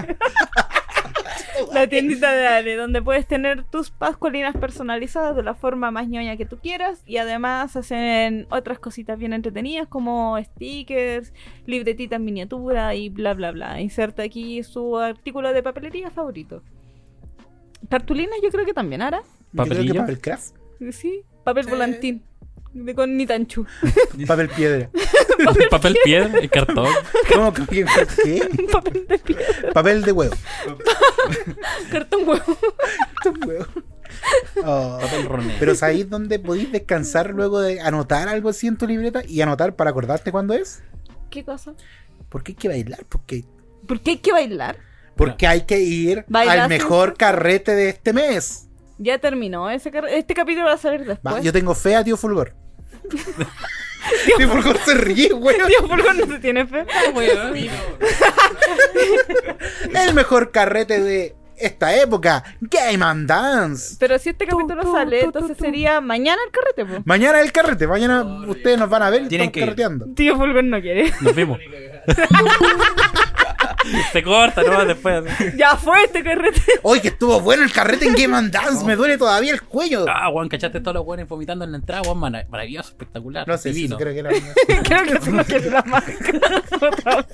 La tiendita de Ale, donde puedes tener tus pascualinas personalizadas de la forma más ñoña que tú quieras. Y además hacen otras cositas bien entretenidas como stickers, libretitas en miniatura y bla bla bla. Inserta aquí su artículo de papelería favorito. Cartulinas yo creo que también hará.
Yo creo que
¿Papelillo?
papel craft.
Sí, papel
Sí.
volantín. De con Nitanchu.
Papel piedra.
Papel, piedra y cartón.
¿Cómo? ¿Qué? ¿Qué?
papel de piedra,
Papel de huevo.
cartón huevo.
Oh.
Papel roné.
Pero ¿sabéis dónde podéis descansar luego de anotar algo así en tu libreta y anotar para acordarte cuándo es?
¿Qué cosa?
Porque hay que bailar, porque,
¿Por qué hay que bailar?
porque hay que ir
Bailar
al mejor carrete de este mes.
Ya terminó. Ese car- este capítulo va a salir después.
Va, yo tengo fe a tío Fulgor. tío Fulgor se ríe, weón.
Tío Fulgor no se tiene fe.
El mejor carrete de esta época, Game and Dance.
Pero si este capítulo
tu,
sale,
tu,
entonces
tu.
sería mañana el carrete, po.
Mañana es el carrete, mañana ustedes nos van a ver y
Tienen
estamos
que ir.
carreteando.
Tío Fulgor no quiere.
Nos vimos. Se corta nomás después.
ya fue este carrete.
Hoy que estuvo bueno el carrete en Game and Dance, me duele todavía el cuello.
Ah, Juan, cachaste todos los buenos vomitando en la entrada, Juan, mara- maravilloso, espectacular.
No sé, si
divino.
creo que era
Creo que eso no quiere la marca. Otra vez.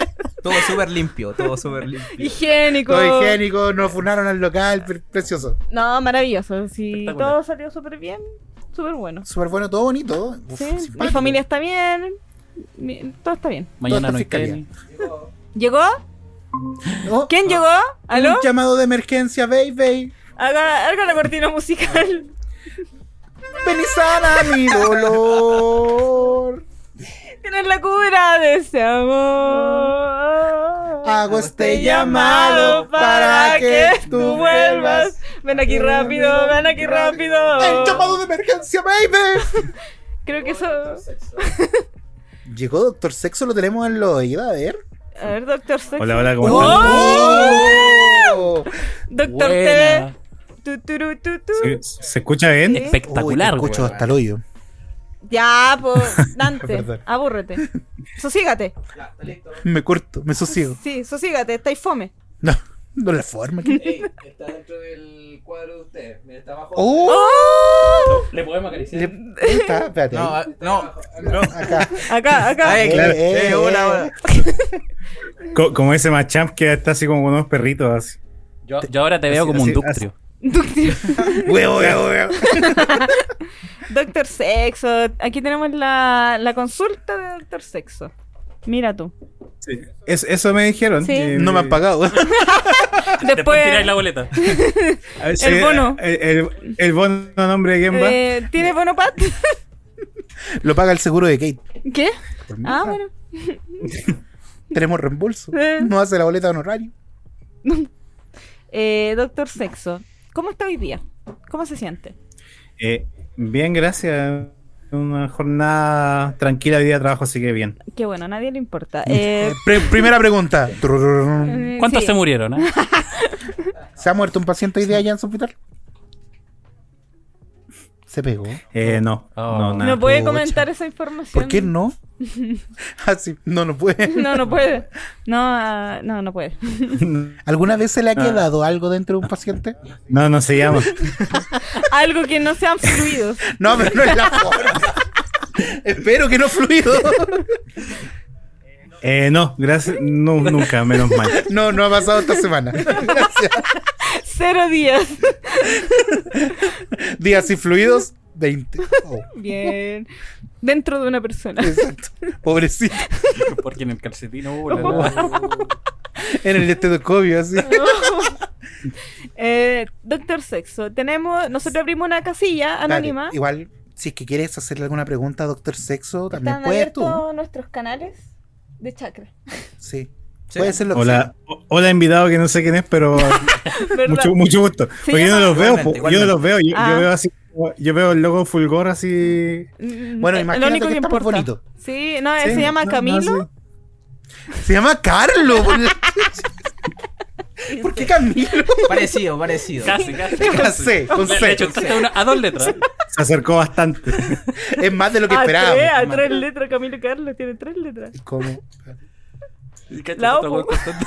Todo súper limpio, todo súper limpio.
Higiénico.
Todo higiénico, nos funaron al local, pre- precioso.
No, maravilloso. Sí,
Espectacular.
todo salió súper bien, súper bueno.
Súper bueno, todo bonito. Uf,
Sí, Mi
simpático.
familia está bien, mi- todo está bien.
Mañana
está
no hay
fiscalía.
tenis.
Llegó.
¿Llegó?
Oh,
¿Quién llegó? ¿Aló?
Un llamado de emergencia, baby.
Haga, haga la cortina musical.
Ven y sana mi dolor.
Tienes la cura de ese amor.
Hago este llamado para que tú vuelvas.
Ven aquí rápido, ven aquí
El
rápido.
llamado de emergencia, baby.
Creo que eso.
Doctor Sexo.
Llegó Doctor Sexo, lo tenemos en los oídos, a ver.
A ver, Doctor Sex.
Hola, hola, ¿cómo están?
¡Oh!
Doctor
Buena.
TV. Tu, turu, tu, tu.
¿Se, se escucha bien?
Sí.
Espectacular,
Uy, te escucho
weón.
hasta el hoyo.
Ya, pues, Dante,
Perdón.
abúrrete. Sosígate.
Ya, está listo.
Me corto, me sosiego.
Sí, sosígate, estáis fome.
No, no la forma. que-
Ey, está dentro del cuadro de ustedes. Mira, está abajo.
¡Oh!
Le podemos acariciar.
Le- ahí está, espérate.
No,
ahí.
ah, no.
No.
Acá.
Acá, acá.
Ay, claro.
Eh, eh,
Eh, hola, hola.
Co- como ese Machamp que está así como con unos perritos así.
Yo, yo ahora te veo
así-
como un
así-
ductrio.
Huevo, huevo, huevo.
Doctor Sexo. Aquí tenemos la, la consulta de Doctor Sexo. Mira tú.
Sí. Es- eso me dijeron. Eh,
Sí.
que-
No me han pagado.
Después,
tiráis la boleta.
A ver, Ah, sí,
bono.
El, el- el bono nombre de Game va.
eh, ¿tienes bono pat?
Lo paga el seguro de Kate.
¿Qué?
Por mí,
Ah,
ah,
bueno.
Tenemos reembolso.
Eh.
No hace la boleta de honorario.
Eh, Doctor Sexo. ¿Cómo está hoy día? ¿Cómo se siente?
Eh, bien, gracias. Una jornada tranquila, día de trabajo, así que bien.
Qué bueno, a nadie le importa. Eh,
Pre- primera pregunta.
eh,
¿Cuántos
sí.
se murieron? eh?
¿Se ha muerto un paciente hoy día allá en su hospital? Se pegó.
Eh, no,
Oh.
no, nada.
No puede
Pucha.
comentar esa información.
¿Por qué no? Ah, sí, no, no puede.
No, no puede. No, ah, no, no puede.
¿Alguna vez se le ha quedado algo dentro de un paciente?
No, no se llama.
Algo que no sean fluidos.
No, pero no es la forma. Espero que no fluido.
Eh, no, gracias. No, nunca, menos mal.
No, no ha pasado esta semana. Gracias.
Cero días.
Días y fluidos, 20. Oh,
Bien. Dentro de una persona.
exacto. Pobrecito.
Porque en el calcetín hubo la- la-
En el estetoscopio, así.
Eh, Doctor Sexo, tenemos. Nosotros abrimos una casilla anónima.
Dale, igual, si es que quieres hacerle alguna pregunta a Doctor Sexo, también
Están
puedes tú.
abiertos nuestros canales de chakra.
Sí.
Sí.
Puede ser lo que sea.
Hola, o- hola invitado que no sé quién es, pero
¿Verdad?
mucho, mucho gusto.
Se
Porque yo no
llama-
los veo,
Igualmente,
po, yo
igualmente.
no los veo. Yo, yo
Ah.
veo así, yo veo el logo Fulgor así.
Mm,
Bueno,
eh,
imagínate
lo único
que
que,
está más
importa.
bonito.
Sí, no,
Sí,
él se llama
no, no,
Camilo.
sí.
Se llama Carlos. por la- ¿Por qué Camilo?
Parecido, parecido.
Casi, casi.
Con C, con
Le-
C.
le chuntaste una- a dos letras.
Se acercó bastante.
Es más de lo que
a tres,
esperábamos.
a tres letras, Camilo Carlos tiene tres letras.
¿Cómo?
Y cacha,
La
otro
opo.
gol constante.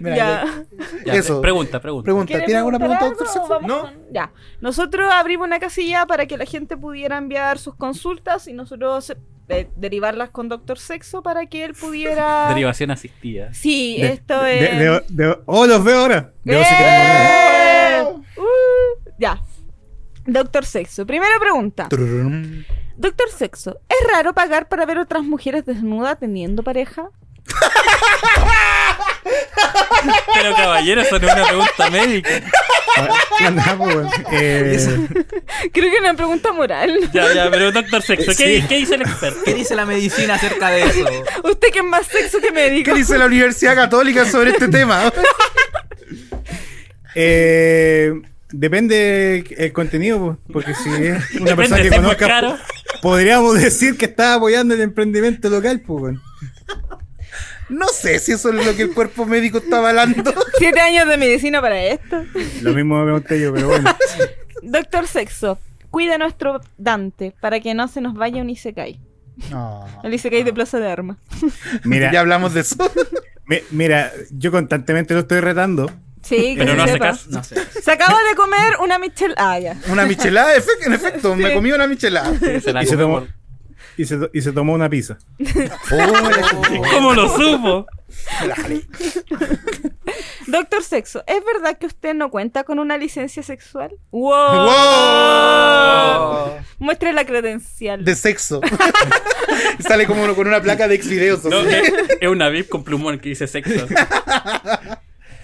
Mira,
ya.
Ya,
Eso.
pre- Pregunta, pregunta.
Pregunta,
¿Quieres
¿tiene alguna
preguntar
pregunta,
algo
doctor
o
Sexo?
vamos con- Ya. Nosotros abrimos una casilla para que la gente pudiera enviar sus consultas y nosotros eh, derivarlas con Doctor Sexo para que él pudiera.
Derivación asistida.
Sí,
De-
esto
de-
es.
de- de- oh, los veo ahora. Debo sí que los veo.
¡Eh! Uh, ya. Doctor Sexo. Primera pregunta.
Tururum.
Doctor Sexo, ¿es raro pagar para ver otras mujeres desnudas teniendo pareja?
Pero caballero, eso no es una pregunta médica.
Ah, nada, pues, bueno. Eh,
Creo que es una pregunta moral.
Ya, ya, pero doctor sexo, ¿qué, ¿qué dice el experto?
¿Qué dice la medicina acerca de eso?
Usted que es más sexo que médico.
¿Qué dice la Universidad Católica sobre este tema?
eh, depende el contenido, pues, porque si es una
Depende,
persona que
si es muy
conozca,
caro.
podríamos decir que está apoyando el emprendimiento local, pues. bueno.
No sé si eso es lo que el cuerpo médico está avalando.
Siete años de medicina para esto.
Lo mismo me pregunté yo, pero bueno.
Doctor Sexo, cuida a nuestro Dante para que no se nos vaya un Isekai.
No.
El Isekai de Plaza de Armas.
Mira,
Ya hablamos de eso.
mi- mira, yo constantemente lo estoy retando.
Sí, que
Pero
se
no hace
sepa.
caso.
No sé.
Se acaba de comer una Michelle. Ah, ya.
Una michelada, efe- en efecto, me comí una michelada.
Sí, se la
Y se
comió
tomó-
por-
y se, to- y se tomó una pizza.
¿Cómo lo supo?
Doctor Sexo, ¿es verdad que usted no cuenta con una licencia sexual? ¡Wow! Muestre la credencial.
De sexo. Sale como con una placa de exvideos.
No,
así.
es, es una VIP con plumón que dice sexo.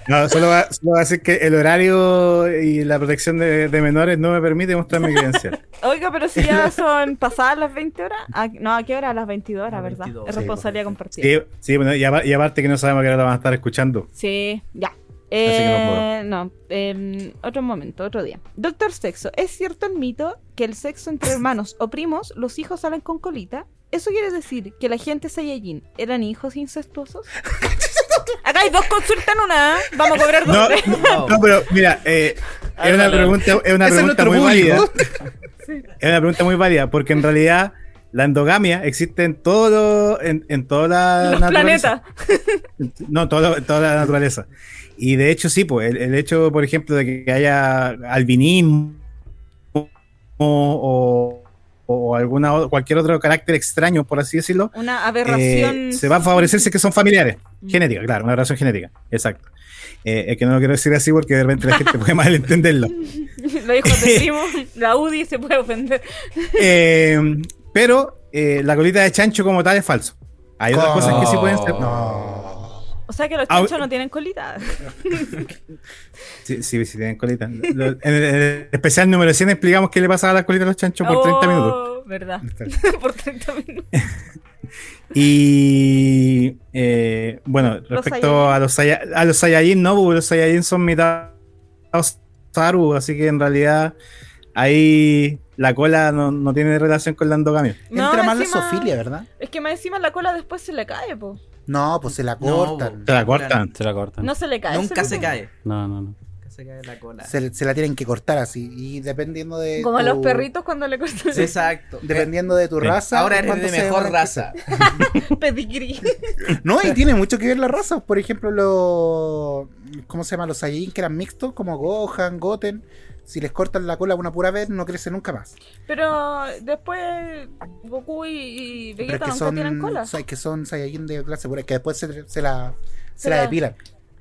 No, solo va, solo va a decir que el horario y la protección de, de menores no me permite mostrar mi credencial.
Oiga, pero si ya son pasadas las 20 horas. ¿A- no, ¿a qué hora? A las 22 horas,
Las
¿verdad?
22,
es
sí,
responsabilidad compartida.
Sí, sí, bueno, y, apar- y aparte que no sabemos a qué hora la van a estar escuchando.
Sí, ya.
que
Eh, no, eh, otro momento, otro día. Doctor Sexo, ¿es cierto el mito que el sexo entre hermanos o primos, los hijos salen con colita? ¿Eso quiere decir que la gente Saiyajin eran hijos incestuosos? Acá hay dos consultas en una, ¿eh? vamos a cobrar
No,
dos. veces.
no, no, pero mira, eh, es una
Ándale.
pregunta, es una
Ese es
pregunta
nuestro
muy válida.
público.
Es una pregunta muy válida, porque en realidad la endogamia existe en todo lo- en, en toda la
Los
naturaleza.
planetas.
No, todo- toda la naturaleza. Y de hecho, sí, pues, el, el hecho, por ejemplo, de que haya albinismo o, o alguna o- cualquier otro carácter extraño, por así decirlo,
Una aberración.
eh, se va a favorecer si es que son familiares.
Mm.
Genética, claro, una relación genética. Exacto. Eh, es que no lo quiero decir así porque de repente la gente puede malentenderlo.
Lo dijo tu primo, la UDI se puede ofender.
Eh, pero eh, la colita de chancho como tal es falso. Hay otras
Co-
cosas que sí pueden ser.
No.
O sea que los
Ah,
chanchos
eh.
no tienen colita.
Sí, sí, sí, tienen colita. Lo- en el, en el especial número 100 explicamos qué le pasaba a la colita a los chanchos por 30 minutos.
Oh, ¿Verdad? por 30 minutos.
Y eh, bueno,
Los
respecto a los, Saya- a los Saiyajin, no, porque los Saiyajin son mitad Saru, así que en realidad ahí la cola no, no tiene relación con la endogamia.
Entra
No,
más la
encima-
sofilia, ¿verdad?
Es que más encima la cola después se le cae, po.
No, pues se la cortan.
Se la cortan.
Se la cortan.
No se le cae.
Nunca se
le
cae.
No, no, no.
Nunca se cae la cola.
se, se la tienen que cortar así. Y dependiendo de.
Como a
tu-
los perritos cuando le cortan
Sí, Exacto.
Dependiendo de tu
Sí.
raza.
Ahora eres
cuánto
de
se van
mejor
a-
raza.
el pedigrí.
No, y tiene mucho que ver la raza. Por ejemplo, los. ¿Cómo se llama? Los Saiyajin que eran mixtos, como Gohan, Goten. Si les cortan la cola una pura vez, no crece nunca más.
Pero después Goku y, y
Pero es
Vegeta
que
nunca tienen
son.
cola.
o sea, es que son Saiyajin de clase pura, que después se, se la. Se
Se
la
la-
depilan.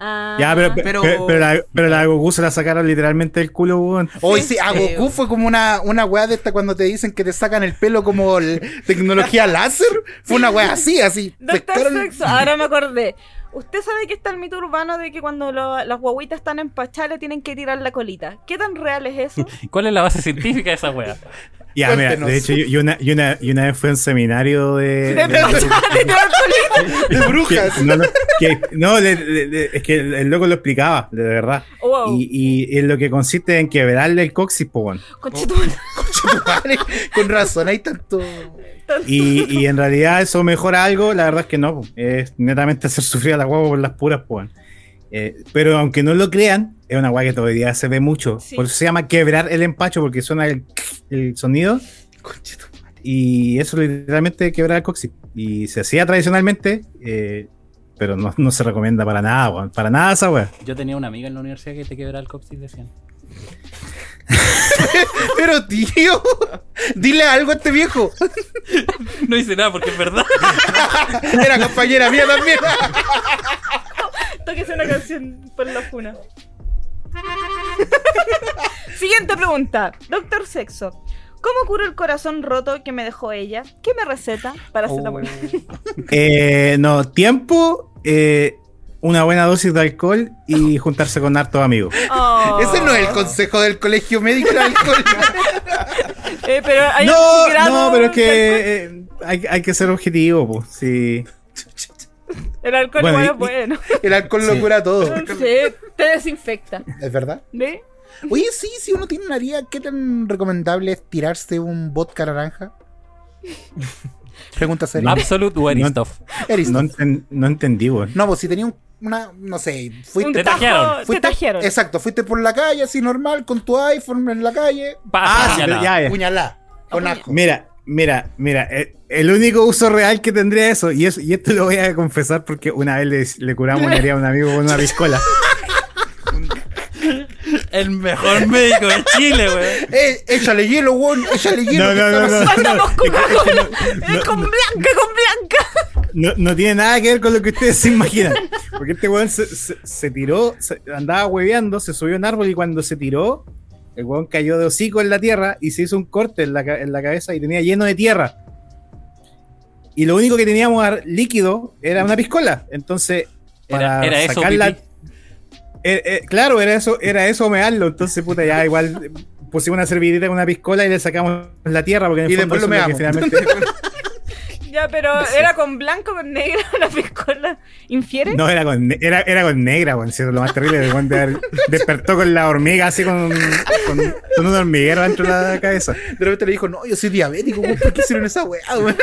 Ah.
Ya, pero, pe- pe-
Pero-
pero, la, pero la Goku se la sacaron literalmente del culo, weón.
Hoy sí, a
Sí,
Goku
weón.
fue como una, una weá de esta cuando te dicen que te sacan el pelo como el- tecnología láser. Fue una weá así, así.
Doctor
pescaron-
Sexo, ahora me acordé. Usted sabe que está el mito urbano de que cuando lo- las guaguitas están en Pachá le tienen que tirar la colita. ¿Qué tan real es eso?
¿Cuál es la base científica de esa wea?
Ya, mira,
Cuéntenos.
de hecho, yo, yo una, yo una- yo una vez fui a un seminario de.
De brujas. de
¿Le tiran colita?
brujas.
que- no, no, que- no, le- le- le- es que el, el loco lo explicaba, de verdad.
Wow.
Y, y- y en lo que consiste en quebrarle el coxis, po, weón.
Conchetumare.
Vale, Con razón, hay tanto.
Y, y en realidad eso mejora algo, la verdad es que no, po. es netamente hacer sufrir a la guagua por las puras, po, weón. Eh, pero aunque no lo crean, es una guagua que todavía se ve mucho.
Sí.
Por eso se llama quebrar el empacho, porque suena el, el sonido. Y eso literalmente quebrar el coxis. Y se hacía tradicionalmente, eh, pero no, no se recomienda para nada, weón. Para nada esa weá.
Yo tenía una amiga en la universidad que te quebraba el coxis, decían.
Pero tío, dile algo a este viejo.
No hice nada porque es verdad.
Era compañera mía también.
Tóquese una canción por la funa. Siguiente pregunta. Doctor Sexo. ¿Cómo curo el corazón roto que me dejó ella? ¿Qué me receta para hacer
Oh.
la
Eh, no, tiempo, eh, una buena dosis de alcohol y juntarse con hartos amigos.
Ese
Oh.
no es el consejo del colegio médico del alcohol.
Eh, pero hay
No,
un grado
no, pero es
de
que eh, hay, hay que ser objetivo, pues. Sí.
alcohol. El alcohol
Bueno,
igual
y-
es bueno.
El alcohol lo
Sí.
cura todo.
Sí, te desinfecta.
¿Es verdad?
¿Ve?
Oye, sí, si uno tiene una herida, ¿qué tan recomendable es tirarse un vodka naranja? Pregunta seria.
Absolute Waristov.
Eristo.
No, enten- no entendí, weón.
No, pues si tenía un- una, no sé,
Un
fuiste...
Te tajearon.
tajo- Te
fuiste-
tajearon.
Exacto, fuiste por la calle así normal con tu iPhone en la calle,
Pasa, ya
Ah, pero
la-
ya, ya.
puñalá, con
Apuña-
ajo.
Mira, mira, mira. eh, El único uso real que tendría eso, y, es- y esto lo voy a confesar porque una vez le, le curamos una herida a un amigo con una piscola.
El mejor médico de Chile, weón.
Eh, échale hielo, weón. Échale hielo.
No,
que
no,
está
no,
pasando.
Andamos con Coca-Cola.
no,
Eh, Con blanca, con blanca.
No, no tiene nada que ver con lo que ustedes se imaginan. Porque este weón se, se- se tiró, se- andaba hueveando, se subió a un árbol y cuando se tiró, el weón cayó de hocico en la tierra y se hizo un corte en la, ca- en la cabeza y tenía lleno de tierra. Y lo único que teníamos ar- líquido era una piscola. Entonces,
Era,
para
era eso,
sacarla-
pipí.
eh, eh, claro, era eso, era eso mearlo. Entonces, puta, ya igual eh, pusimos una servidita con una piscola y le sacamos la tierra porque en el
Y
fondo
después
eso
lo
es que
meamos.
finalmente-
Ya, pero era con blanco, con negro, la piscola. ¿Infiere?
No, era con, ne- era, era con negra, weón, si eso es lo más terrible. el weón de haber- despertó con la hormiga así con, con, con un hormiguero dentro de la cabeza.
De repente le dijo, no, yo soy diabético, weón. ¿Por qué hicieron esa weá, weón?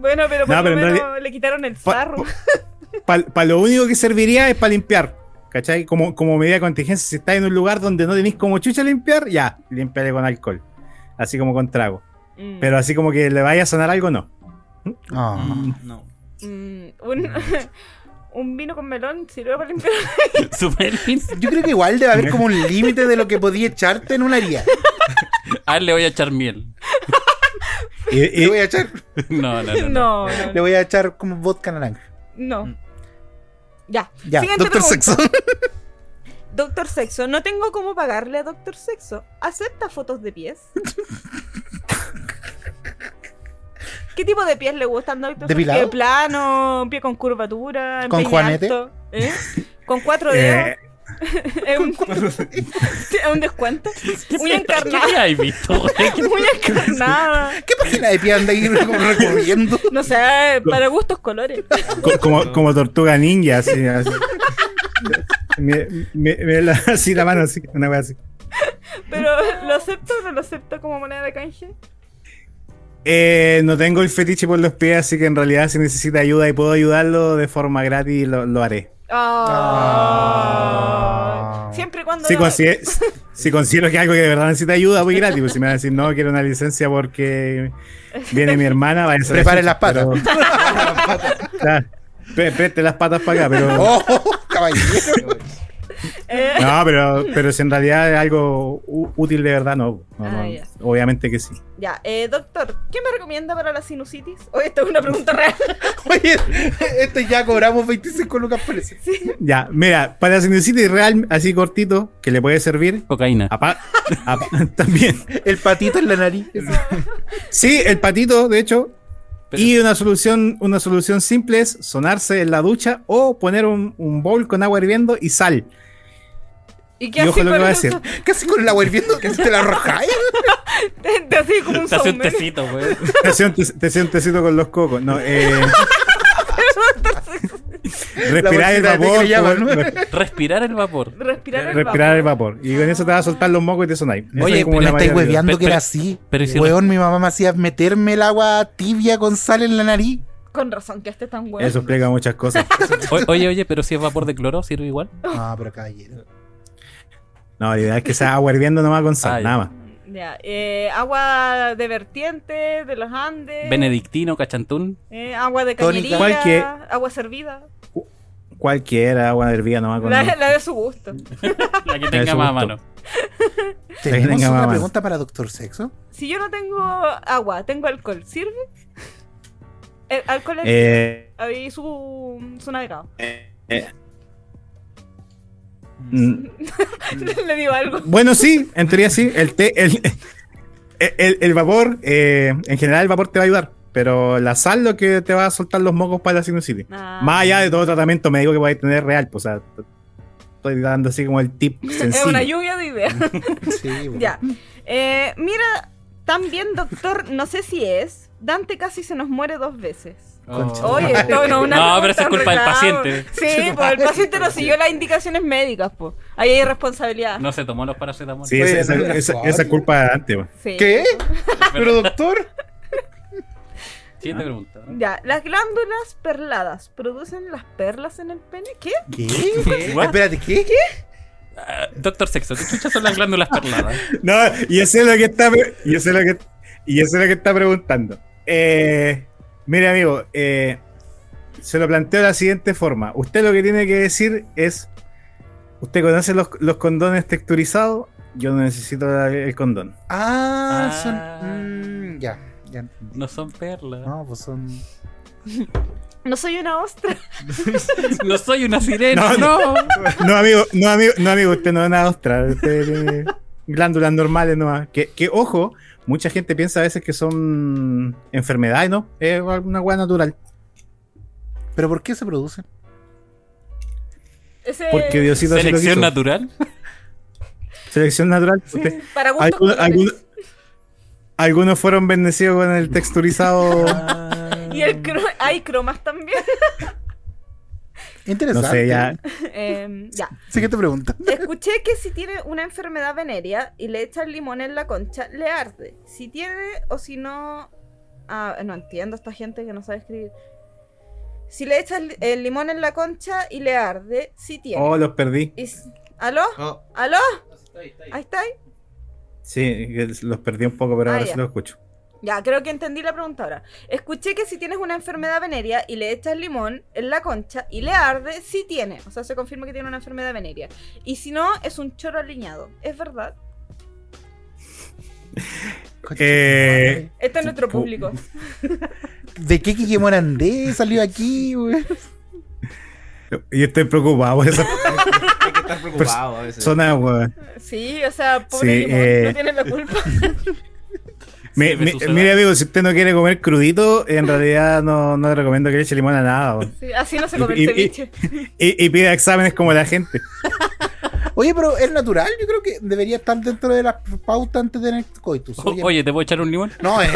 Bueno, pero por
No,
lo
pero en
menos
realidad-
le quitaron el
Para
farro.
lo único que serviría es para limpiar. ¿Cachai? Como, como medida de contingencia, si estás en un lugar donde no tenéis como chucha limpiar, ya, limpiarle con alcohol. Así como con trago.
Mm.
Pero así como que le vaya a sonar algo, no.
Ah.
No.
Mm, un, un vino con melón sirve para limpiar.
Super
Yo creo que igual debe haber como un límite de lo que podía echarte en una haría.
A él le voy a echar miel.
Y- y-
Le voy a echar,
No, no, no. no. Mm.
No, no.
le voy a echar como vodka naranja.
no. Ya.
Ya,
Siguiente
doctor
pregunta.
sexo.
Doctor Sexo, no tengo cómo pagarle a Doctor Sexo. ¿Acepta fotos de pies? ¿Qué tipo de pies le gustan, Doctor
¿Depilado?
Sexo? ¿Pie plano, pie con curvatura,
¿Con
empeine
juanete?
alto, ¿eh? ¿Con cuatro dedos?
eh,
¿Es un, es un descuento? ¿Uña
¿Qué
encarnada?
hay visto? weón?
¿Uña encarnada?
¿Qué página de pie anda ahí como recorriendo?
No sé, para gustos colores.
co- como, como tortuga ninja, así. así. Me, me- me la- así la mano, así, una wea así.
Pero ¿lo acepto o no lo acepto como moneda de canje?
Eh, no tengo el fetiche por los pies, así que en realidad si necesita ayuda y puedo ayudarlo de forma gratis, lo, lo haré.
Ah.
Ah.
Siempre y cuando...
Si,
no-
consider- si considero que algo que de verdad necesita ayuda, voy gratis. Pues si me van a decir, no, quiero una licencia porque viene mi hermana, va a ser-
Preparen las patas.
pero- Claro. Pre- preste las patas para acá, pero...
Oh, caballero.
Eh,
No, pero, pero si en realidad es algo u- útil de verdad, no. No, no.
Ah, ya.
Obviamente que sí.
Ya, eh, doctor, ¿qué me recomienda para la sinusitis? Oye, esta es una pregunta real.
Oye, esto ya cobramos 25 lucas por eso.
Ya, mira, para sinusitis real, así cortito, que le puede servir,
Cocaína.
apa- apa- también...
El patito en la nariz.
Sí, el patito, de hecho.
Pero-
y una solución, una solución simple es sonarse en la ducha o poner un, un bowl con agua hirviendo y sal.
¿Y qué
Y ojo
así
lo
con
que va a
eso?
decir.
Casi con el agua hirviendo, casi te la arrojáis.
Te, te hace como un
Te hace un
saumen.
tecito, weón.
Te hacía un te- te hacía un tecito con los cocos. No, eh, respirar
bolsita de té que
el vapor.
le llaman,
pues,
¿no?
re-
Respirar el vapor.
Respirar el
respirar el
vapor.
vapor. Y con eso te va a soltar los mocos y te sonáis. Eso
Oye,
es como
pero
la
estáis
mayoría de-
hueviando. Pe- pero-
así.
pero si
Weón, mi mamá me hacía meterme el agua tibia con sal en la nariz.
Con razón que esté tan bueno.
Eso explica muchas cosas.
O- oye, oye, pero si es vapor de cloro, ¿sirve igual?
Ah, pero caballero.
No, la idea es que sea agua hirviendo nomás con sal,
Ay.
nada más.
Ya, eh, agua de vertiente, de los Andes.
Benedictino, cachantún.
eh, agua de
Tónica.
cañería.
¿Cuál que-
Agua servida.
Cualquiera agua hervida nomás Ah, con
La, la de su gusto.
La que tenga
Eso
más a
gustó.
mano.
¿Tenemos
Venga,
una
mamá.
pregunta para doctor sexo?
Si yo no tengo agua, tengo alcohol, ¿sirve? El alcohol es
Eh,
ahí su, su navegado.
mm,
Le digo algo.
Bueno, sí, en teoría sí. El té, el, el, el vapor, eh, en general el vapor te va a ayudar. Pero la sal lo que te va a soltar los mocos para la sinusitis.
Ah.
Más allá de todo tratamiento médico que vais a tener real. Pues, o sea, t- estoy dando así como el tip
Es una
sencillo.
lluvia de ideas.
Sí, bueno.
ya. Eh, mira, también, doctor, no sé si es. Dante casi se nos muere dos veces.
Concha.
Oh.
Oye, no, no, una
No, pero eso es culpa
pregunta,
del
un recado.
paciente.
Sí, pues el paciente no siguió las indicaciones médicas, pues. Ahí hay responsabilidad.
No se tomó los paracetamol.
Sí, esa, esa- esa- esa es culpa de antes. pues.
Sí.
¿Qué? ¿Pero doctor?
Siguiente pregunta. ¿no?
Ya, las glándulas perladas, ¿producen las perlas en el pene? ¿Qué?
¿Qué?
What?
Espérate, ¿qué?
Ah, doctor Sexo, ¿qué chuchas son las glándulas perladas?
No, y eso es lo que está, pre- y eso es lo que, y eso es lo que está preguntando. Eh, mire, amigo, eh, se lo planteo de la siguiente forma. Usted lo que tiene que decir es ¿Usted conoce los, los condones texturizados? Yo no necesito la- el condón.
Ah,
Ah.
son. mm, ya, ya entendí.
No son perlas.
No, pues son.
No soy una ostra.
No soy una sirena, no.
No, No, amigo, no, amigo, no, amigo, usted no es una ostra. Usted tiene glándulas normales nomás. Que, que, ojo, mucha gente piensa a veces que son enfermedades, ¿no? Es una hueá natural.
¿Pero por qué se producen?
Ese
Porque Diosito así lo
Eh, Selección
quiso.
natural.
Selección natural. Usted-
para gustos
Algunos,
colores.
algunos- algunos fueron bendecidos con el texturizado. Ah.
Y el cro hay cromas también.
no
Interesante.
sé, ya.
Em, ya.
Siguiente pregunta.
Escuché que si tiene una enfermedad venérea y le echan limón en la concha, le arde. Si tiene o si no. Ah, no entiendo a esta gente que no sabe escribir. Si le echan li- el limón en la concha y le arde, si tiene.
Oh, los perdí.
Y si- ¿Aló?
Oh,
¿Aló?
No, sí, está ahí, está ahí.
¿Ahí está? ahí?
Sí, los perdí un poco, pero
Ah,
ahora
ya.
sí los escucho.
Ya, creo que entendí la pregunta ahora. Escuché que si tienes una enfermedad venérea y le echas limón en la concha y le arde, sí tiene. O sea, se confirma que tiene una enfermedad venérea. Y si no, es un choro aliñado. ¿Es verdad?
Eh,
Este es nuestro público.
¿De qué Kike Morandé salió aquí, güey?
yo estoy preocupado por esa
hay que estar preocupado a veces.
persona, weón.
Sí, o sea, pobre
Sí,
limón, no
eh,
tiene la culpa.
Mi-
Sí, me
mi-
sucede.
mire, amigo, si usted no quiere comer crudito, en realidad no, no le recomiendo que le eche limón a nada. weón.
Sí, así no se come
Y-
el
y-
ceviche.
Y, y pida exámenes como la gente.
Oye, pero es natural. Yo creo que debería estar dentro de la pauta antes de tener coitus.
O- Oye, ¿te puedo echar un limón?
No, eh,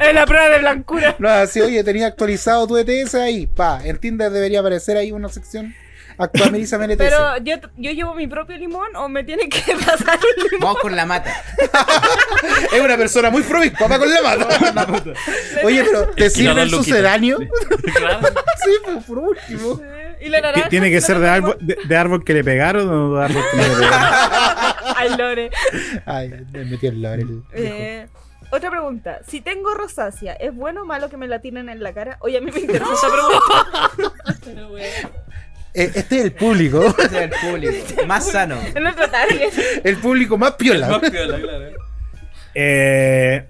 Es la prueba de blancura.
no, así, oye, tenía actualizado tu ETS ahí. Pa, en Tinder debería aparecer ahí una sección. Actualízame el ETS.
Pero yo, yo llevo mi propio limón o me tiene que pasar un limón.
Vamos con la mata.
Es una persona muy promiscua, va con la mano. Oye, pero ¿te
Y la
sirve
dos
el
luquitas.
sucedáneo?
Claro.
Sí, pues, por último.
Y la naranja.
Ti- Tiene que
la
ser de
naranja.
árbol, de, de árbol que le pegaron o de árbol que no le pegaron.
Al lore.
Ay, me metí el laurel.
Eh, otra pregunta. Si tengo rosácea, ¿es bueno o malo que me la tiren en la cara? Oye, a mí me interesa esta pregunta.
Eh, este es el público,
Ese es el público. Más sano.
Es nuestro target.
el público más piola.
Eh,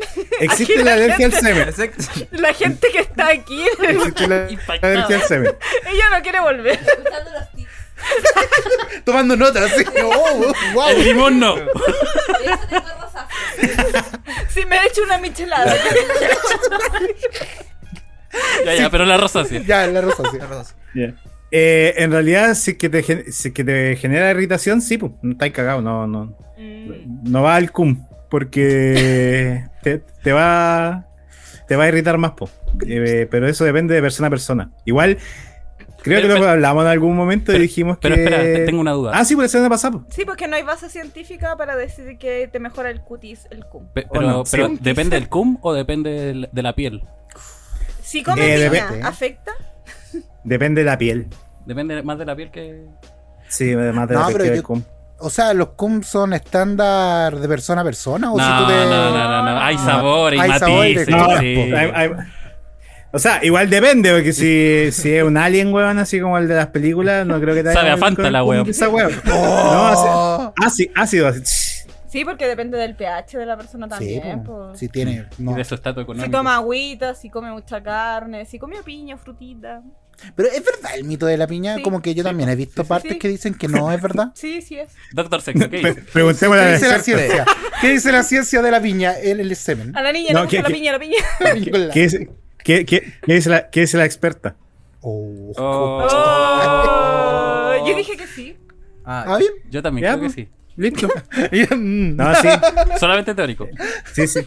Aquí
existe
la
la alergia al semen.
Exacto.
La gente que está aquí,
Existe la la alergia al semen.
ella no quiere volver.
Escuchando los tips.
Tomando notas, sí. Oh, wow.
El Ah, limón no.
Por eso tengo rosácea.
Si me he hecho una michelada.
Ya, ya, pero la rosácea.
Ya, la rosa, sí.
Ya. Eh, en realidad, si es que te, gen- si es que te genera irritación, sí, pues, no estás cagado, no, no,
Mm.
no va al cum, porque te, te va te va a irritar más, po. Eh, pero eso depende de persona a persona. Igual,
Pero,
creo que lo
pero-
hablamos en algún momento
pero-
y dijimos
pero
que...
espera, te- tengo una duda.
Ah, sí, por la semana pasada, po.
Sí, porque no hay base científica para decir que te mejora el cutis, el cum.
Pe-
O
pero
no,
pero
sí.
¿depende del cum o depende del- de la piel?
Si comes
Eh,
piña,
depende, ¿eh?
¿afecta?
Depende de la piel.
Depende más de la piel que...
Sí, además de
No,
la piel
pero
que
yo-
del cum.
O sea, los cum son estándar de persona a persona o
No,
si tú te...
no, no, no, no. Hay
No,
sabor, hay,
hay sabor y
matices.
textura,
sí.
po.
Ay, ay. pues, O sea, igual depende, porque si, si es un alien, weón, así como el de las películas, no creo que te
Sabe
haya-
a Fanta
con-
la
con
weón.
Esa weón.
Oh.
No, así, ácido, así.
Sí, porque depende del pH de la persona
Sí,
también.
po.
po.
sí tiene...
Y
no.
de su estatus económico.
Si toma agüita, si come mucha carne, si come piña, frutita.
Pero es verdad el mito de la piña,
Sí.
como que yo también he visto
sí,
partes
sí.
que dicen que no es verdad.
Sí, sí es.
Doctor Sexo, ¿qué
Pre-
dice?
Preguntémosle
¿Qué
a
dice
la
la ciencia? ¿Qué dice la ciencia de la piña? El, el semen.
A la niña
No,
le gusta
que-
la
que-
piña, la piña.
¿Qué dice, qué- qué- qué dice la, qué dice la experta?
Oh.
Oh.
Oh, yo dije que sí.
Ah,
Ah,
bien.
Yo también
Ya,
creo que
pues.
sí.
Listo.
mm.
Bien.
No, sí,
Solamente teórico.
sí, sí.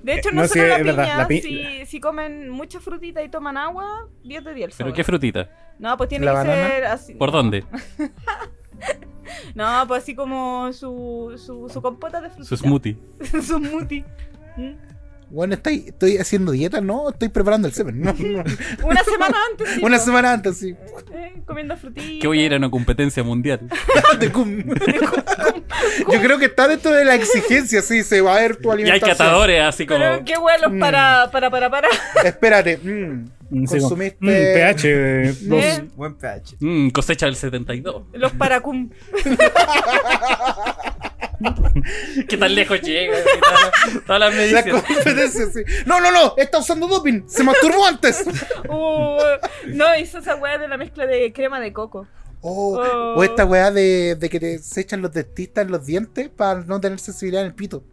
De hecho, no,
No, sí,
solo la
es
piña,
verdad, la pi-
si, si comen mucha frutita y toman agua, 10 de 10 el
¿Pero
sabor.
qué frutita?
No, pues tiene
¿La
que
banana?
ser así.
¿Por dónde?
No, pues así como su, su, su compota de frutita.
Su smoothie.
su smoothie. Mm.
Bueno, estoy, estoy haciendo dieta, no, estoy preparando el semen. No, no.
Una semana antes. sí,
Una
po.
semana antes, sí.
Eh, eh, comiendo frutitas.
Que voy a ir a una competencia mundial.
De cum. Yo creo que está dentro de la exigencia, sí, se va a ver tu
Y hay
alimentación.
catadores así como.
Pero qué vuelos
Mm.
para, para, para, para.
Espérate. mm,
Sí, como,
consumiste.
mm, pH. dos.
¿Eh?
Buen pH.
Mm, cosecha del 72.
Los paracum.
¿Qué tan lejos llega? ¿Qué tal- Todas las
La
medidas.
competencia, sí. No, no, no, está usando doping. Se masturbó antes.
Uh, no, hizo esa weá de la mezcla de crema de coco.
Oh,
Oh.
O esta weá de, de que te, se echan los dentistas en los dientes para no tener sensibilidad en el pito.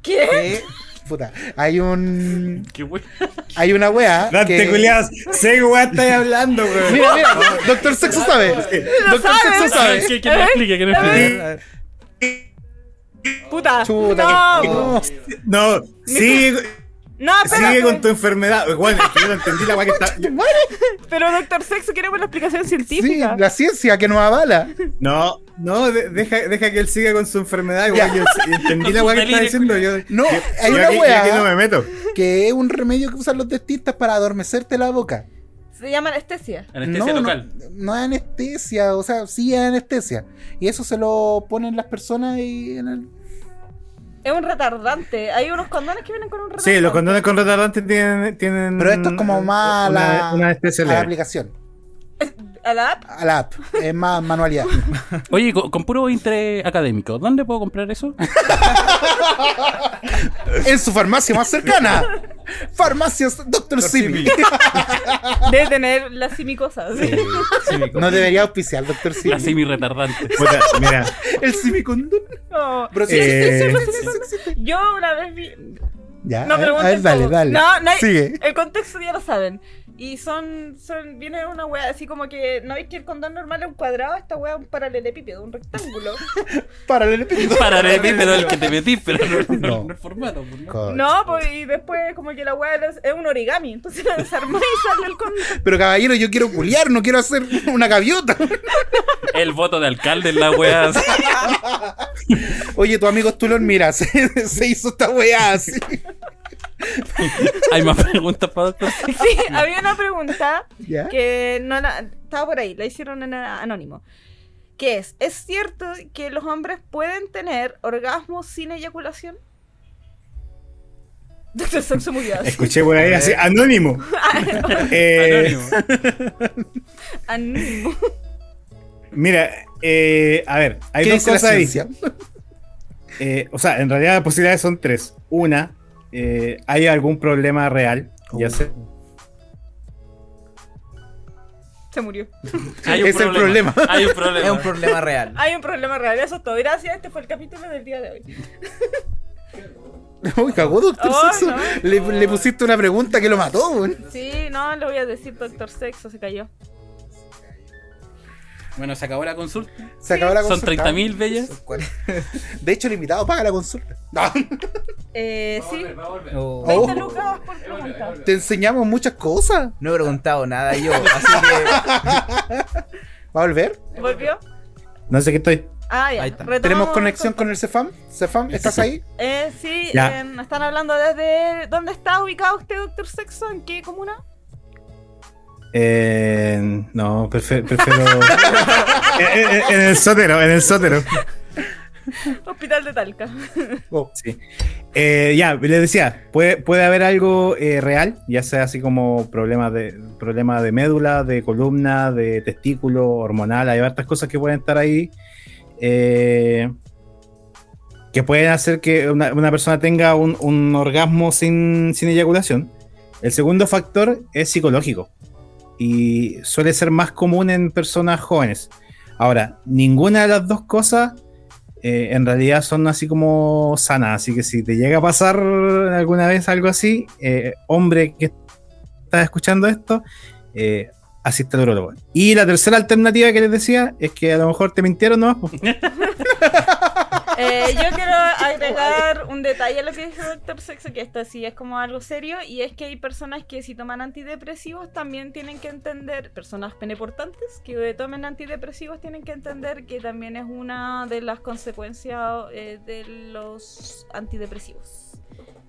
¿Qué?
Eh,
Puta, hay un.
Qué bueno.
Hay una weá.
Dante,
que-
culiás. Sé que weá estáis hablando, weón.
Mira, mira, doctor Sexo sabe. Doctor
sabe.
Sexo sabe.
¿Qué, me explique? ¿Qué me explique?
Puta.
Chuta,
no, pues,
que-
no,
no.
No, sigue,
espérate.
sigue con tu enfermedad. Bueno, es que yo no entendí la weá que está.
Pero doctor Sexo, queremos la explicación
Sí,
científica.
la ciencia que nos avala.
No, no, de- deja, deja que él siga con su enfermedad. Igual
Ya.
yo s- entendí la weá que está diciendo. Yo,
No,
yo-
hay
yo
una
aquí- yo
weá.
aquí no me meto.
que es un remedio que usan los dentistas para adormecerte la boca.
Se llama anestesia.
Anestesia
no,
local.
No, no es anestesia, o sea, sí es anestesia. Y eso se lo ponen las personas y en el-
Es un retardante. Hay unos condones que vienen con un retardante.
Sí, los condones con retardantes tienen, tienen.
Pero esto es como más a la,
Mm, Una, una especie
a la
leve.
aplicación,
A la app.
a la app. Es más manualidad.
Oye, con, con puro interés académico, ¿dónde puedo comprar eso?
en su farmacia más cercana. Farmacias Dr. Simi.
Debe tener la simicosa. ¿sí?
no debería auspiciar Dr. Simi.
La semi retardante.
Puta, mira,
El Simi condón.
No.
Pero sí,
Eh,
sí, sí, sí, sí, sí, sí.
Yo una vez vi.
Ya,
No
a ver, a ver,
pregunten
dale,
cómo.
dale.
No, no hay-
Sigue.
El contexto ya lo saben. Y son, son. Viene una wea así como que. ¿No veis que el condón normal es un cuadrado? Esta wea es un paralelepípedo, un rectángulo.
Para el episodio.
Pararé, pero el que te metí, pero no, no,
No.
no el formato. pues, ¿no?
No, pues y después como que la wea es es un origami. Entonces la desarmáis y sale el condón.
Pero caballero, yo quiero culiar, no quiero hacer una gaviota.
El voto de alcalde en la wea. así.
Oye, tu amigo Stulon, mira, se, se hizo esta weá así.
Hay más preguntas para doctor.
Sí, había una pregunta
¿Ya?
que no la, estaba por ahí, la hicieron en a- anónimo. Que es, ¿es cierto que los hombres pueden tener orgasmos sin eyaculación? Doctor Sexo murió así.
escuché por ahí así, anónimo. Eh,
Anónimo.
Anónimo.
Mira, eh, a ver, hay
¿Qué
dos
dice la
cosas ahí.
ciencia?
Eh, o sea, en realidad las posibilidades son tres. Una, eh, hay algún problema real, ya sé.
Se murió.
Hay un
Es el problema.
Hay un problema.
Es un problema real.
Hay un problema real, eso es todo. Gracias, este fue el capítulo del día de hoy.
Uy, cagó Doctor
Oh,
Sexo.
no.
Le, le pusiste una pregunta que lo mató, weón.
Sí, no, le voy a decir doctor sexo, se cayó.
Bueno, se acabó la consulta.
Se acabó la
Son
consulta.
30.000 bellas.
De hecho, el invitado paga la consulta.
Eh, sí,
No,
Oh.
20 lucas por pregunta.
Te enseñamos muchas cosas.
no he preguntado nada yo, así que
¿Va a volver?
¿Volvió?
No sé qué estoy.
Ah, ya.
Ahí está.
retomamos
¿Tenemos conexión
entonces.
con el Cefam? Cefam, ¿estás ahí?
Eh, sí,
Ya.
em, están hablando desde... ¿Dónde está ubicado usted, doctor Sexo? ¿En qué comuna?
Eh, no, prefe- prefiero. Eh, eh, eh, en el sótero, en el sótero.
Hospital de Talca.
Oh.
Sí. Eh, ya, les decía, puede, puede haber algo eh, real, ya sea así como problema de, problema de médula, de columna, de testículo, hormonal, hay hartas cosas que pueden estar ahí. eh, que pueden hacer que una, una persona tenga un, un orgasmo sin, sin eyaculación. El segundo factor es psicológico y suele ser más común en personas jóvenes. Ahora, ninguna de las dos cosas eh, en realidad son así como sanas. Así que si te llega a pasar alguna vez algo así, eh, hombre que estás escuchando esto, eh, asiste al urologo. Y la tercera alternativa que les decía es que a lo mejor te mintieron nomás. po.
Eh, yo quiero agregar un detalle a lo que dijo doctor Sexo, que esto sí es como algo serio, y es que hay personas que si toman antidepresivos también tienen que entender, personas peneportantes que tomen antidepresivos tienen que entender que también es una de las consecuencias eh, de los antidepresivos.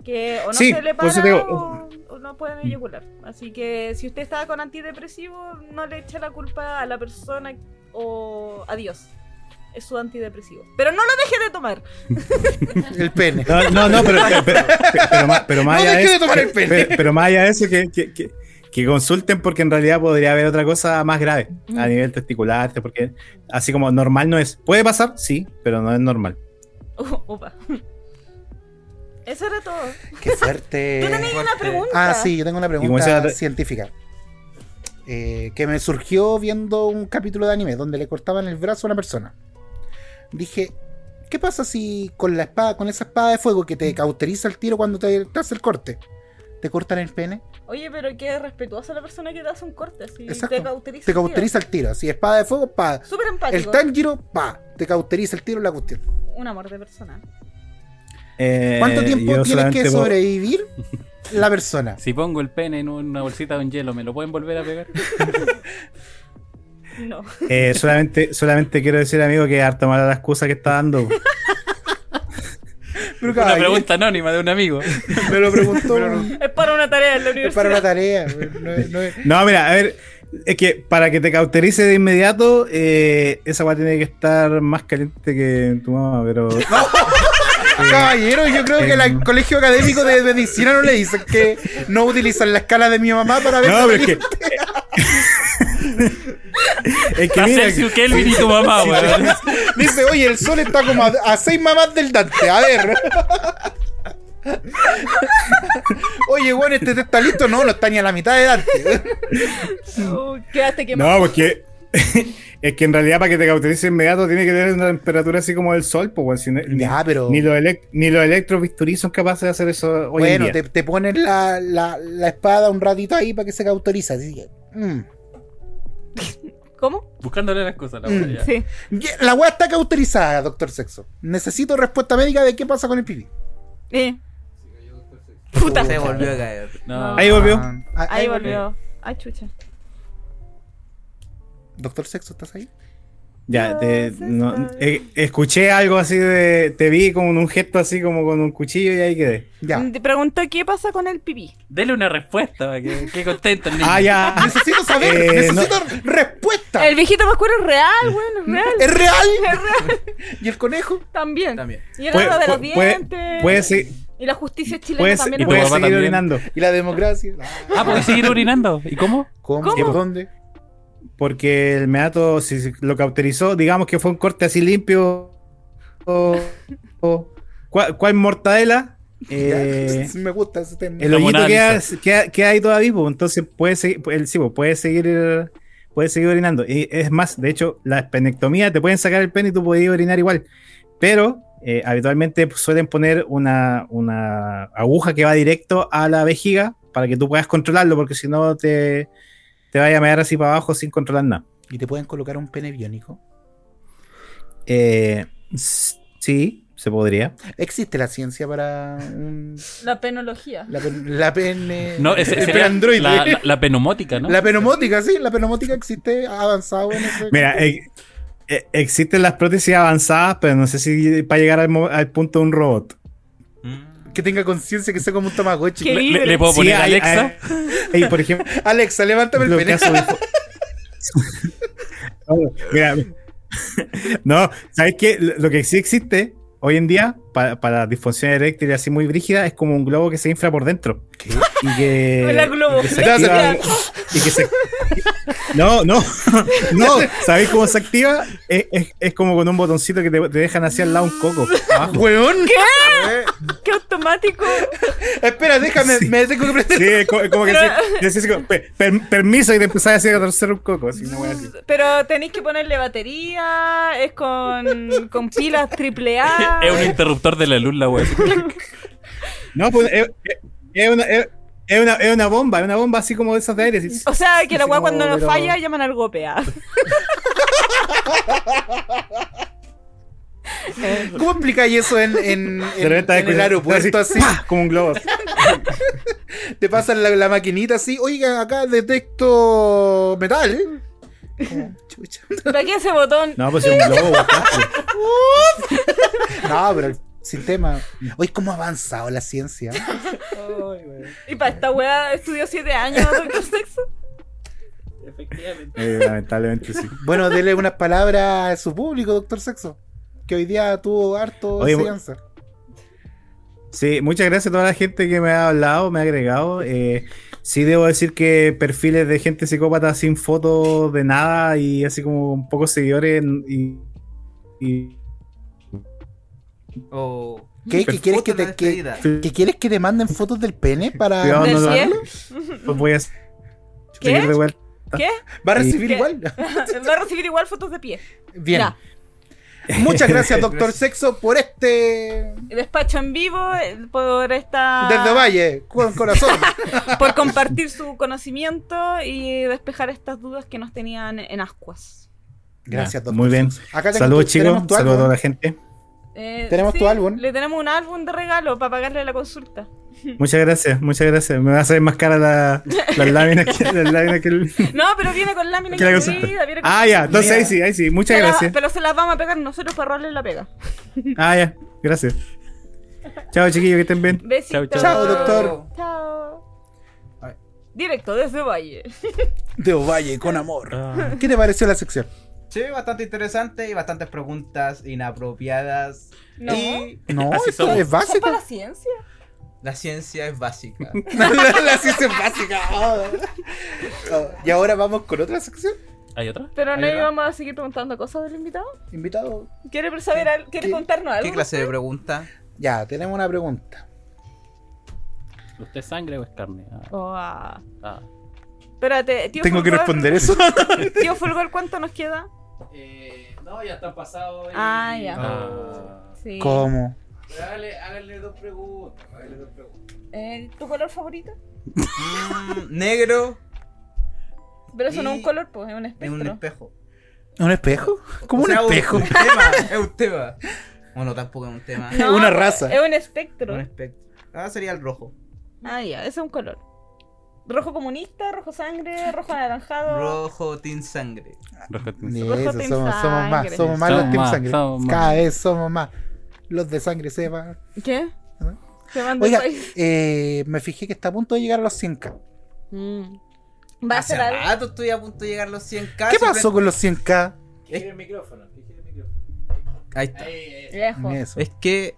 que o no
Sí,
se le
por
para
eso te digo, oh, mm.
o, o no pueden eyacular. Así que si usted está con antidepresivo, no le eche la culpa a la persona o a Dios. Es su antidepresivo. Pero no lo deje de tomar.
El pene.
No, no, no, pero, pero, pero, pero más- pero más
No
allá de
dejé de
eso,
tomar el
pero,
pene.
pero más allá de eso que, que- que- que consulten porque en realidad podría haber otra cosa más grave
Mm.
a nivel testicular, porque así como normal no es. Puede pasar, sí, pero no es normal.
Opa. Eso era todo.
Qué fuerte.
Tú tenías una pregunta.
Eh, Ah, sí, yo tengo una
Y como
pregunta
esa-
científica. Eh, que me surgió viendo un capítulo de anime donde le cortaban el brazo a una persona. Dije, ¿qué pasa si con la espada, con esa espada de fuego que te cauteriza el tiro cuando te, te hace el corte? ¿Te cortan el pene?
Oye, pero qué respetuosa la persona que te hace un corte. Así
Exacto.
te cauteriza.
Te
el tiro.
cauteriza el tiro, así, espada de fuego, pa.
Súper
El
empático.
Tanjiro, pa. Te cauteriza el tiro la cuestión.
Un amor de persona.
Eh,
¿Cuánto tiempo
yo
tiene
solamente
que
puedo-
sobrevivir la persona?
Si pongo el pene en una bolsita de un hielo, ¿me lo pueden volver a pegar?
No.
eh, solamente, solamente quiero decir, amigo, que harta mala la excusa que está dando.
Pero,
Una
caballero,
pregunta anónima de un amigo.
Me lo preguntó.
Es para una tarea en la
es
universidad.
para una tarea. no es- no es-
No, mira, a ver, es que para que te cauterice de inmediato, eh, esa va tiene que estar más caliente que tu mamá, pero.
Caballero, yo creo que la- el colegio académico de medicina no le dicen que no utilizan la escala de mi mamá para ver.
No,
si-
pero es que. es que
Está
mira,
Celsius Kelvin y tu mamá, weón.
Dice, oye, el sol está como a, a seis mamás del Dante. A ver. Oye, bueno, este té está listo. No, no está ni a la mitad de Dante.
Oh, quedaste quemado.
no, porque. Es que en realidad para que te cauterice de inmediato tiene que tener una temperatura así como el sol, pues, weón, si no- ni,
Ya, pero-
ni los elec- ni los electrobisturí son capaces de hacer eso hoy
bueno,
en día.
te, te pones la, la- la espada un ratito ahí para que se cauteriza. Así que, mm.
¿Cómo?
Buscándole las cosas, la
Mm.
weá, ya.
Sí.
Ya, La weá está cauterizada, doctor Sexo. Necesito respuesta médica de qué pasa con el pipí.
Eh,
Puta.
Se volvió a caer.
No.
Ahí volvió.
Ah,
ahí volvió. Ay, chucha.
Doctor Sexo, ¿estás ahí?
Ya, te-
Dios
no-
está
eh, escuché algo así de. Te vi con un gesto así como con un cuchillo y ahí quedé.
Ya.
Te pregunto qué pasa con el pipí.
Dele una respuesta, para que, que contento el niño.
Ah, ya.
Necesito saber,
Eh,
necesito respuesta.
El viejito más cuero es real, bueno,
¿Es
es real.
real?
Es real
¿Y el conejo?
también.
También.
Y el
Puede-
oro de los
puede- puede-
dientes.
puede ser-
y la justicia chilena
Puedes,
también
y
es
puede
puedes
real.
papá
seguir
también.
orinando.
¿Y la democracia? Ah,
Ah, ¿puedes seguir orinando? ¿Y cómo?
¿Cómo?
¿Cómo?
¿Por dónde?
Porque el meato, si se- lo cauterizó, digamos que fue un corte así limpio. O, o- ¿cuál, cuál mortadela? Eh,
Ya, Me gusta ese tema.
el
La Mona
hoyito queda,
Lisa.
queda- queda ahí todavía, pues, entonces puede seguir, el, sí, pues, puede seguir, puede seguir orinando. Y es más, de hecho, la penectomía te pueden sacar el pene y tú puedes orinar igual. Pero eh, habitualmente pues, suelen poner una, una aguja que va directo a la vejiga para que tú puedas controlarlo, porque si no te, te vaya a mear así para abajo sin controlar nada.
¿Y te pueden colocar un pene biónico?
Eh, s- sí, se podría.
¿Existe la ciencia para un-
La penología.
la, pen- la pene...
No, ese-
el
sería
penandroide?
La, la, la penomótica, ¿no?
La penomótica, sí, la penomótica existe ha avanzado en ese...
Mira, eh, eh, existen las prótesis avanzadas, pero no sé si para llegar al, mo- al punto de un robot.
que tenga conciencia que sea como un tamagotchi.
¿Qué?
Le, le- le puedo
Sí,
poner
hay-
Alexa?
hay- hay, por ejemplo,
Alexa, levántame el
lo
pene.
que hace un fo- No, mira, no, ¿sabes qué? Lo lo que sí existe hoy en día para, para disfunción eréctil así muy brígida es como un globo que se infla por dentro. Y que,
Hola, globo.
y que se
Ya se-
activa- y que se- No, no, no. ¿Sabéis cómo se activa? Es, es- es como con un botoncito que te, te dejan hacia al lado un coco. abajo.
¡Hueón!
¡Qué automático!
Espera, déjame, me tengo que prender.
Sí, es co- es como que sí, decís como, "Per- per- permiso y te empezás a hacer a torcer un coco. Así, una wea así.
Pero tenéis que ponerle batería, es con, con pilas triple A.
Es un interruptor de la luz, la weá.
No, pues es, es- es una, es, es una, es una bomba, es una bomba así como de esas de aire. así.
O sea, que la
Así
weá
como,
cuando nos
pero-
falla llaman al gopea.
¿Cómo explicáis eso en, en,
De
en-
repente estás
en el
escuchando-
aeropuerto así?
¡pah! Como un globo.
Te pasan la, la maquinita así, oiga, acá detecto metal. ¿eh? Como, Chucha.
¿Para qué ese botón?
No, pues es un globo. guapo.
No, pero el Sin tema. Hoy cómo ha avanzado la ciencia.
Y para esta wea estudió 7 años doctor sexo.
Efectivamente.
Eh, lamentablemente sí.
Bueno, dele unas palabras a su público, doctor Sexo. Que hoy día tuvo harto
Oye, mu-
enseñanza.
Sí, muchas gracias a toda la gente que me ha hablado, me ha agregado. Eh, sí, debo decir que perfiles de gente psicópata sin fotos de nada y así como con pocos seguidores y. y-
O-
¿Qué, qué quieres que
Foto de
te, que-
despedida.
¿Qué quieres que te manden fotos del pene para.?
Cuidado,
¿Del
no, no,
pie?
pues voy a.
¿Qué?
seguir de vuelta.
Va a recibir
¿Qué?
igual.
Va a recibir igual fotos de pie.
Bien.
Ya.
Muchas gracias, doctor Sexo, por este.
Despacho en vivo eh, por esta.
Desde Valle, con corazón.
Por compartir su conocimiento y despejar estas dudas que nos tenían en ascuas.
Gracias, doctor.
Muy bien.
Sexo. Acá tengo
Saludos,
tu-
chicos.
tenemos tu
Saludos a toda
álbum.
la gente.
Eh,
Tenemos tu álbum.
Le tenemos un álbum de regalo para pagarle la consulta.
Muchas gracias, muchas gracias. Me va a salir más cara la, las láminas que, las láminas que el-
No, pero viene con lámina
que la
incluida.
consulta.
viene con-
Ah, ya, entonces
Mira.
ahí sí, ahí sí. Muchas
Pero,
gracias.
pero se las vamos a pegar nosotros para robarle la pega.
Ah, ya, gracias. Chao, chiquillos, que estén bien.
Besitos.
Chao,
Chao, doctor.
Chao. Directo desde Valle.
De Ovalle, con amor. ¿Qué te pareció la sección?
Sí, bastante interesante y bastantes preguntas inapropiadas.
No.
Y
No,
Así
esto
somos.
es
¿Son
básico.
para la ciencia?
la ciencia es básica.
la ciencia es básica. Ah. Ah, Y ahora vamos con otra sección.
¿Hay otra?
Pero no
Ahí va.
íbamos a seguir preguntando cosas del invitado.
Invitado.
¿Quieres saber al- ¿Quieres
¿Qué-
contarnos algo?
¿Qué clase de pregunta?
Ya, tenemos una pregunta.
¿Usted es sangre o es carne? Ah,
Oh, ah.
ah.
Espérate, tío
Tengo que
Fulgor-
responder eso.
Tío Fulgor, ¿cuánto nos queda?
Eh, no, ya está pasado. y-
Ah, ya.
Ah.
Sí.
¿Cómo?
Pero hágale, hágale dos preguntas. Hágale dos preguntas.
Eh, ¿Tu color favorito?
Mm, negro
Pero eso no es un
Y-
color, pues es un
en
espectro.
un espejo.
¿Un espejo? ¿Cómo
O sea,
un espejo?
Un tema, es un tema. Bueno, tampoco es un tema. es
No,
Una raza.
Es un espectro.
Un espectro. Ah, sería el rojo.
Ah, ya, ese es un color. Rojo comunista, rojo sangre, rojo anaranjado.
Rojo, tin sangre.
Ni
Rojo
eso,
Team
somos, somos más,
Sangre.
somos más los
Somos
Team
más,
Sangre.
somos
Cada
más.
vez somos más. Los de sangre se van.
¿Qué?
¿Ah?
Se van del
Oiga,
país.
eh, me fijé que está a punto de llegar a los 100k.
Mm. Va a
Hace
ser algo.
rato estoy a punto de llegar a los
Ah,
100k.
¿Qué
siempre-
pasó con los 100k?
¿Qué quiere el micrófono? ¿Qué quiere el micrófono?
Ahí está.
Ahí, eh,
Lejos.
Eso.
Es que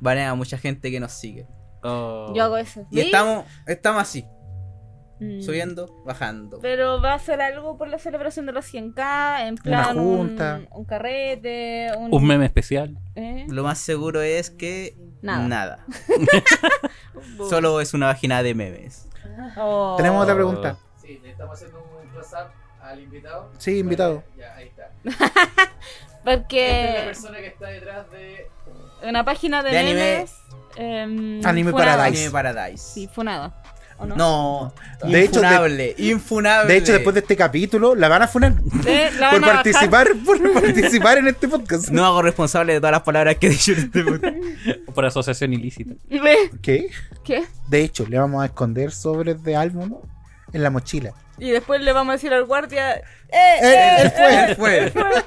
banea a mucha gente que nos sigue.
Oh.
Yo hago eso.
Y
¿Sí?
estamos, estamos así,
Mm.
subiendo, bajando.
Pero va a ser algo por la celebración de los 100K, en plan.
junta.
Un, un carrete, un.
Un meme especial.
¿Eh?
Lo más seguro es que
Nada.
nada. Solo es una vagina de memes.
Oh.
Tenemos otra pregunta.
sí, le estamos haciendo un WhatsApp al invitado.
Sí, invitado.
Vale, ya, ahí está. Esta es la
Porque
persona que está detrás de.
una página de,
De anime.
memes. em,
Anime
funada.
Paradise.
Anime Paradise.
Sí, funada. ¿O no?
No,
De hecho, de-
infunable, infunable.
De hecho, después de este capítulo, la van a funar.
Eh, la
Por
van a bajar.
participar, por participar en este podcast.
No hago responsable de todas las palabras que he dicho en este podcast.
Ah, Por asociación ilícita.
¿Eh?
¿Qué?
¿Qué?
De hecho, le vamos a esconder sobres de álbum en la mochila.
Y después le vamos a decir al guardia. ¡Eh!
Eh,
eh,
él fue,
él fue.
él fue".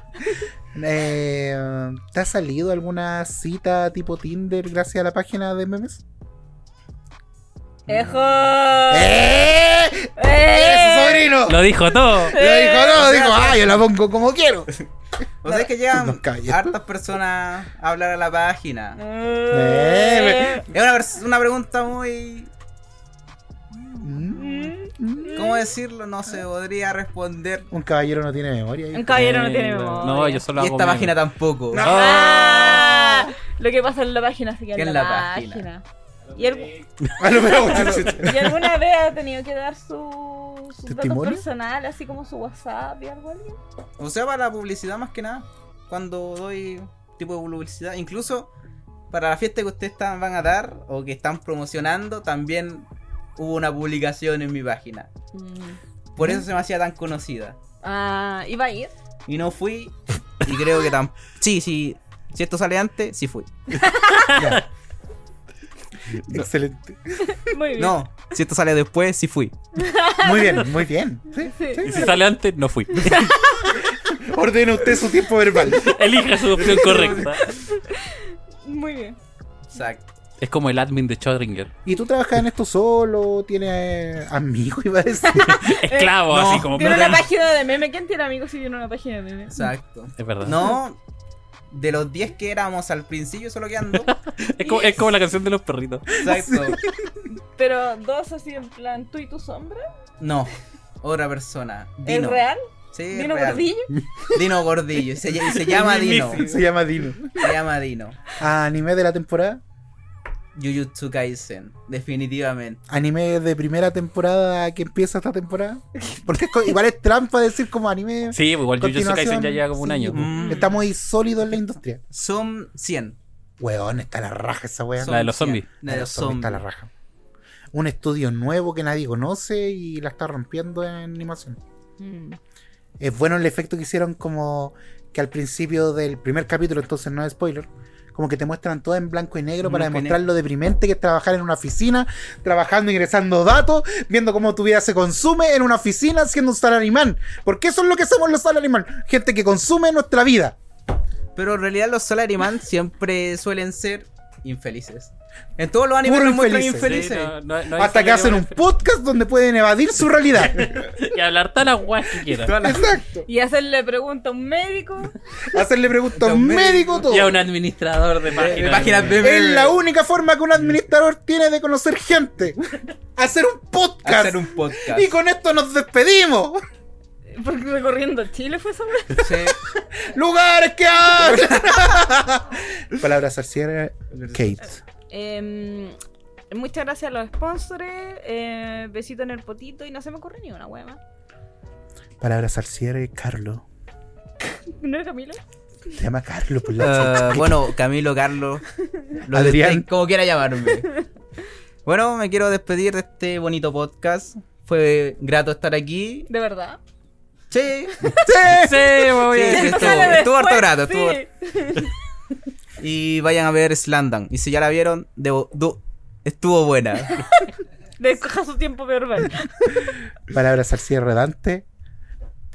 Eh, ¿Te ha salido alguna cita tipo Tinder gracias a la página de memes?
¡Ejo!
¡Eh! ¡Eso,
¡Eh!
sobrino!
Lo dijo todo.
Lo dijo, no,
O sea,
dijo,
que-
ah, yo la pongo como quiero.
O sea, es que llegan
No, calla.
hartas personas a hablar a la página.
Eh.
Es una, vers- una pregunta muy...
Mm,
eh".
¿Cómo decirlo? No se podría responder.
Un caballero no tiene memoria.
Un
hijo.
caballero no tiene
Eh,
memoria.
No, yo solo
Y
hago
esta
memes.
página tampoco.
No.
Ah, Lo que pasa en la página se queda
¿Qué
en
en
la,
la
página.
página?
¿Y, algu-
A lo mejor, chucha.
y alguna vez ha tenido que dar su, su dato
¿Testimonio?
personal, así como su WhatsApp y algo así?
O sea, para la publicidad más que nada. Cuando doy tipo de publicidad. Incluso para la fiesta que ustedes están- van a dar o que están promocionando, también hubo una publicación en mi página.
Mm.
Por eso se me hacía tan conocida.
Ah, ¿Iba a ir?
Y no fui. Y creo que tan... Sí, sí. Si esto sale antes, sí fui.
Ya. Excelente.
Muy bien.
No, si esto sale después, sí fui.
Muy bien, muy bien. Sí,
Sí.
sí.
Y si sale antes, no fui.
Ordene usted su tiempo verbal.
Elija su opción correcta.
Muy Muy bien.
Exacto.
Es como el admin de Schrödinger.
¿Y tú trabajas en esto solo? ¿Tienes eh, amigos? Iba a decir.
Esclavo,
no.
así como.
Tiene una página de meme. ¿Quién tiene amigos si tiene una página de meme?
Exacto.
Es verdad.
No, de los 10 que éramos al principio solo quedan dos.
Es, como, es como la canción de los perritos.
Exacto.
Pero dos así en plan, tú y tu sombra.
No, otra persona.
¿Es
Dino.
real?
Sí, es
¿Vino
real.
Gordillo?
Dino Gordillo. Y se, ll- y se llama Dino.
Se llama Dino.
Se llama Dino.
Anime de la temporada.
Jujutsu Kaisen. Definitivamente.
Anime de primera temporada que empieza esta temporada. Porque es co- igual es trampa decir como anime.
Sí, igual Jujutsu
Continuación,
Kaisen ya lleva como un
sí,
año.
pues.
Mm.
Estamos ahí sólidos en la industria.
Son 100.
Weón, está la raja esa weá.
Son
La de los
100.
zombies.
La de los
Está la
zombies.
raja. Un estudio nuevo que nadie conoce y la está rompiendo en animación. Es bueno el efecto que hicieron como que al principio del primer capítulo, entonces no es spoiler, como que te muestran todo en blanco y negro para
Blanco y
demostrar lo deprimente que es trabajar en una oficina, trabajando, ingresando datos, viendo cómo tu vida se consume en una oficina siendo un salarimán. Porque eso es lo que somos los salarimán, gente que consume nuestra vida.
Pero en realidad los Salaryman siempre suelen ser infelices. En todos los animes
Puro
los muestran
infelices.
infelices.
eh. Hasta que hacen un podcast donde pueden evadir su realidad.
Y hablar todas las guas que quieran.
Todas las-
Exacto.
Y hacerle pregunta a un médico.
Hacerle preguntas a un
Los
médico todo.
Y a un administrador de
de-
páginas.
de páginas de
Es la única forma que un administrador tiene de conocer gente. Hacer un podcast.
hacer un podcast.
Y con esto nos despedimos.
Porque recorriendo Chile fue esa weá.
Sí.
Lugares que hablan. Palabras al cierre. Kate.
Em, Muchas gracias a los sponsors. eh, besito en el potito. Y no se me ocurre ni una weá más.
Palabras al cierre, Carlos.
¿No era Camila?
Te llama Carlos. por la
Eh, bueno, Camilo, Carlos, lo que
Adrián.
estáis- como quiera llamarme. Bueno, me quiero despedir de este bonito podcast. Fue grato estar aquí.
¿De verdad?
Sí,
Sí, me voy a
Sí,
decir todo.
sí, sí.
Sale
estuvo harto
después,
grato,
pues, sí.
estuvo harto. y vayan a ver Slandan. Y si ya la vieron, debo- du- estuvo buena.
Descoja su tiempo verbal.
Palabras al cierre, Dante.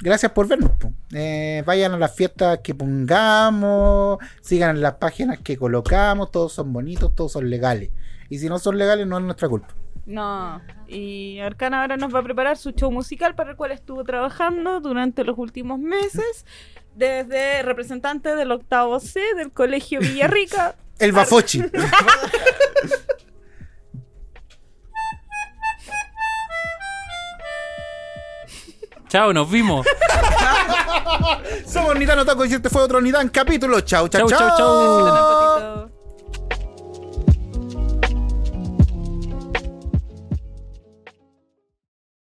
Gracias por vernos. po. Eh, vayan a las fiestas que pongamos, sigan las páginas que colocamos, todos son bonitos, todos son legales. Y si no son legales, no es nuestra culpa.
No. Y Arcana ahora nos va a preparar su show musical para el cual estuvo trabajando durante los últimos meses. Desde representante del octavo C del Colegio Villarrica.
El Bafochi.
Chao, nos vimos.
Somos Nitano Taco y este fue otro Nitan capítulo. Chau, chau,
Chau,
chau.
chau, chau.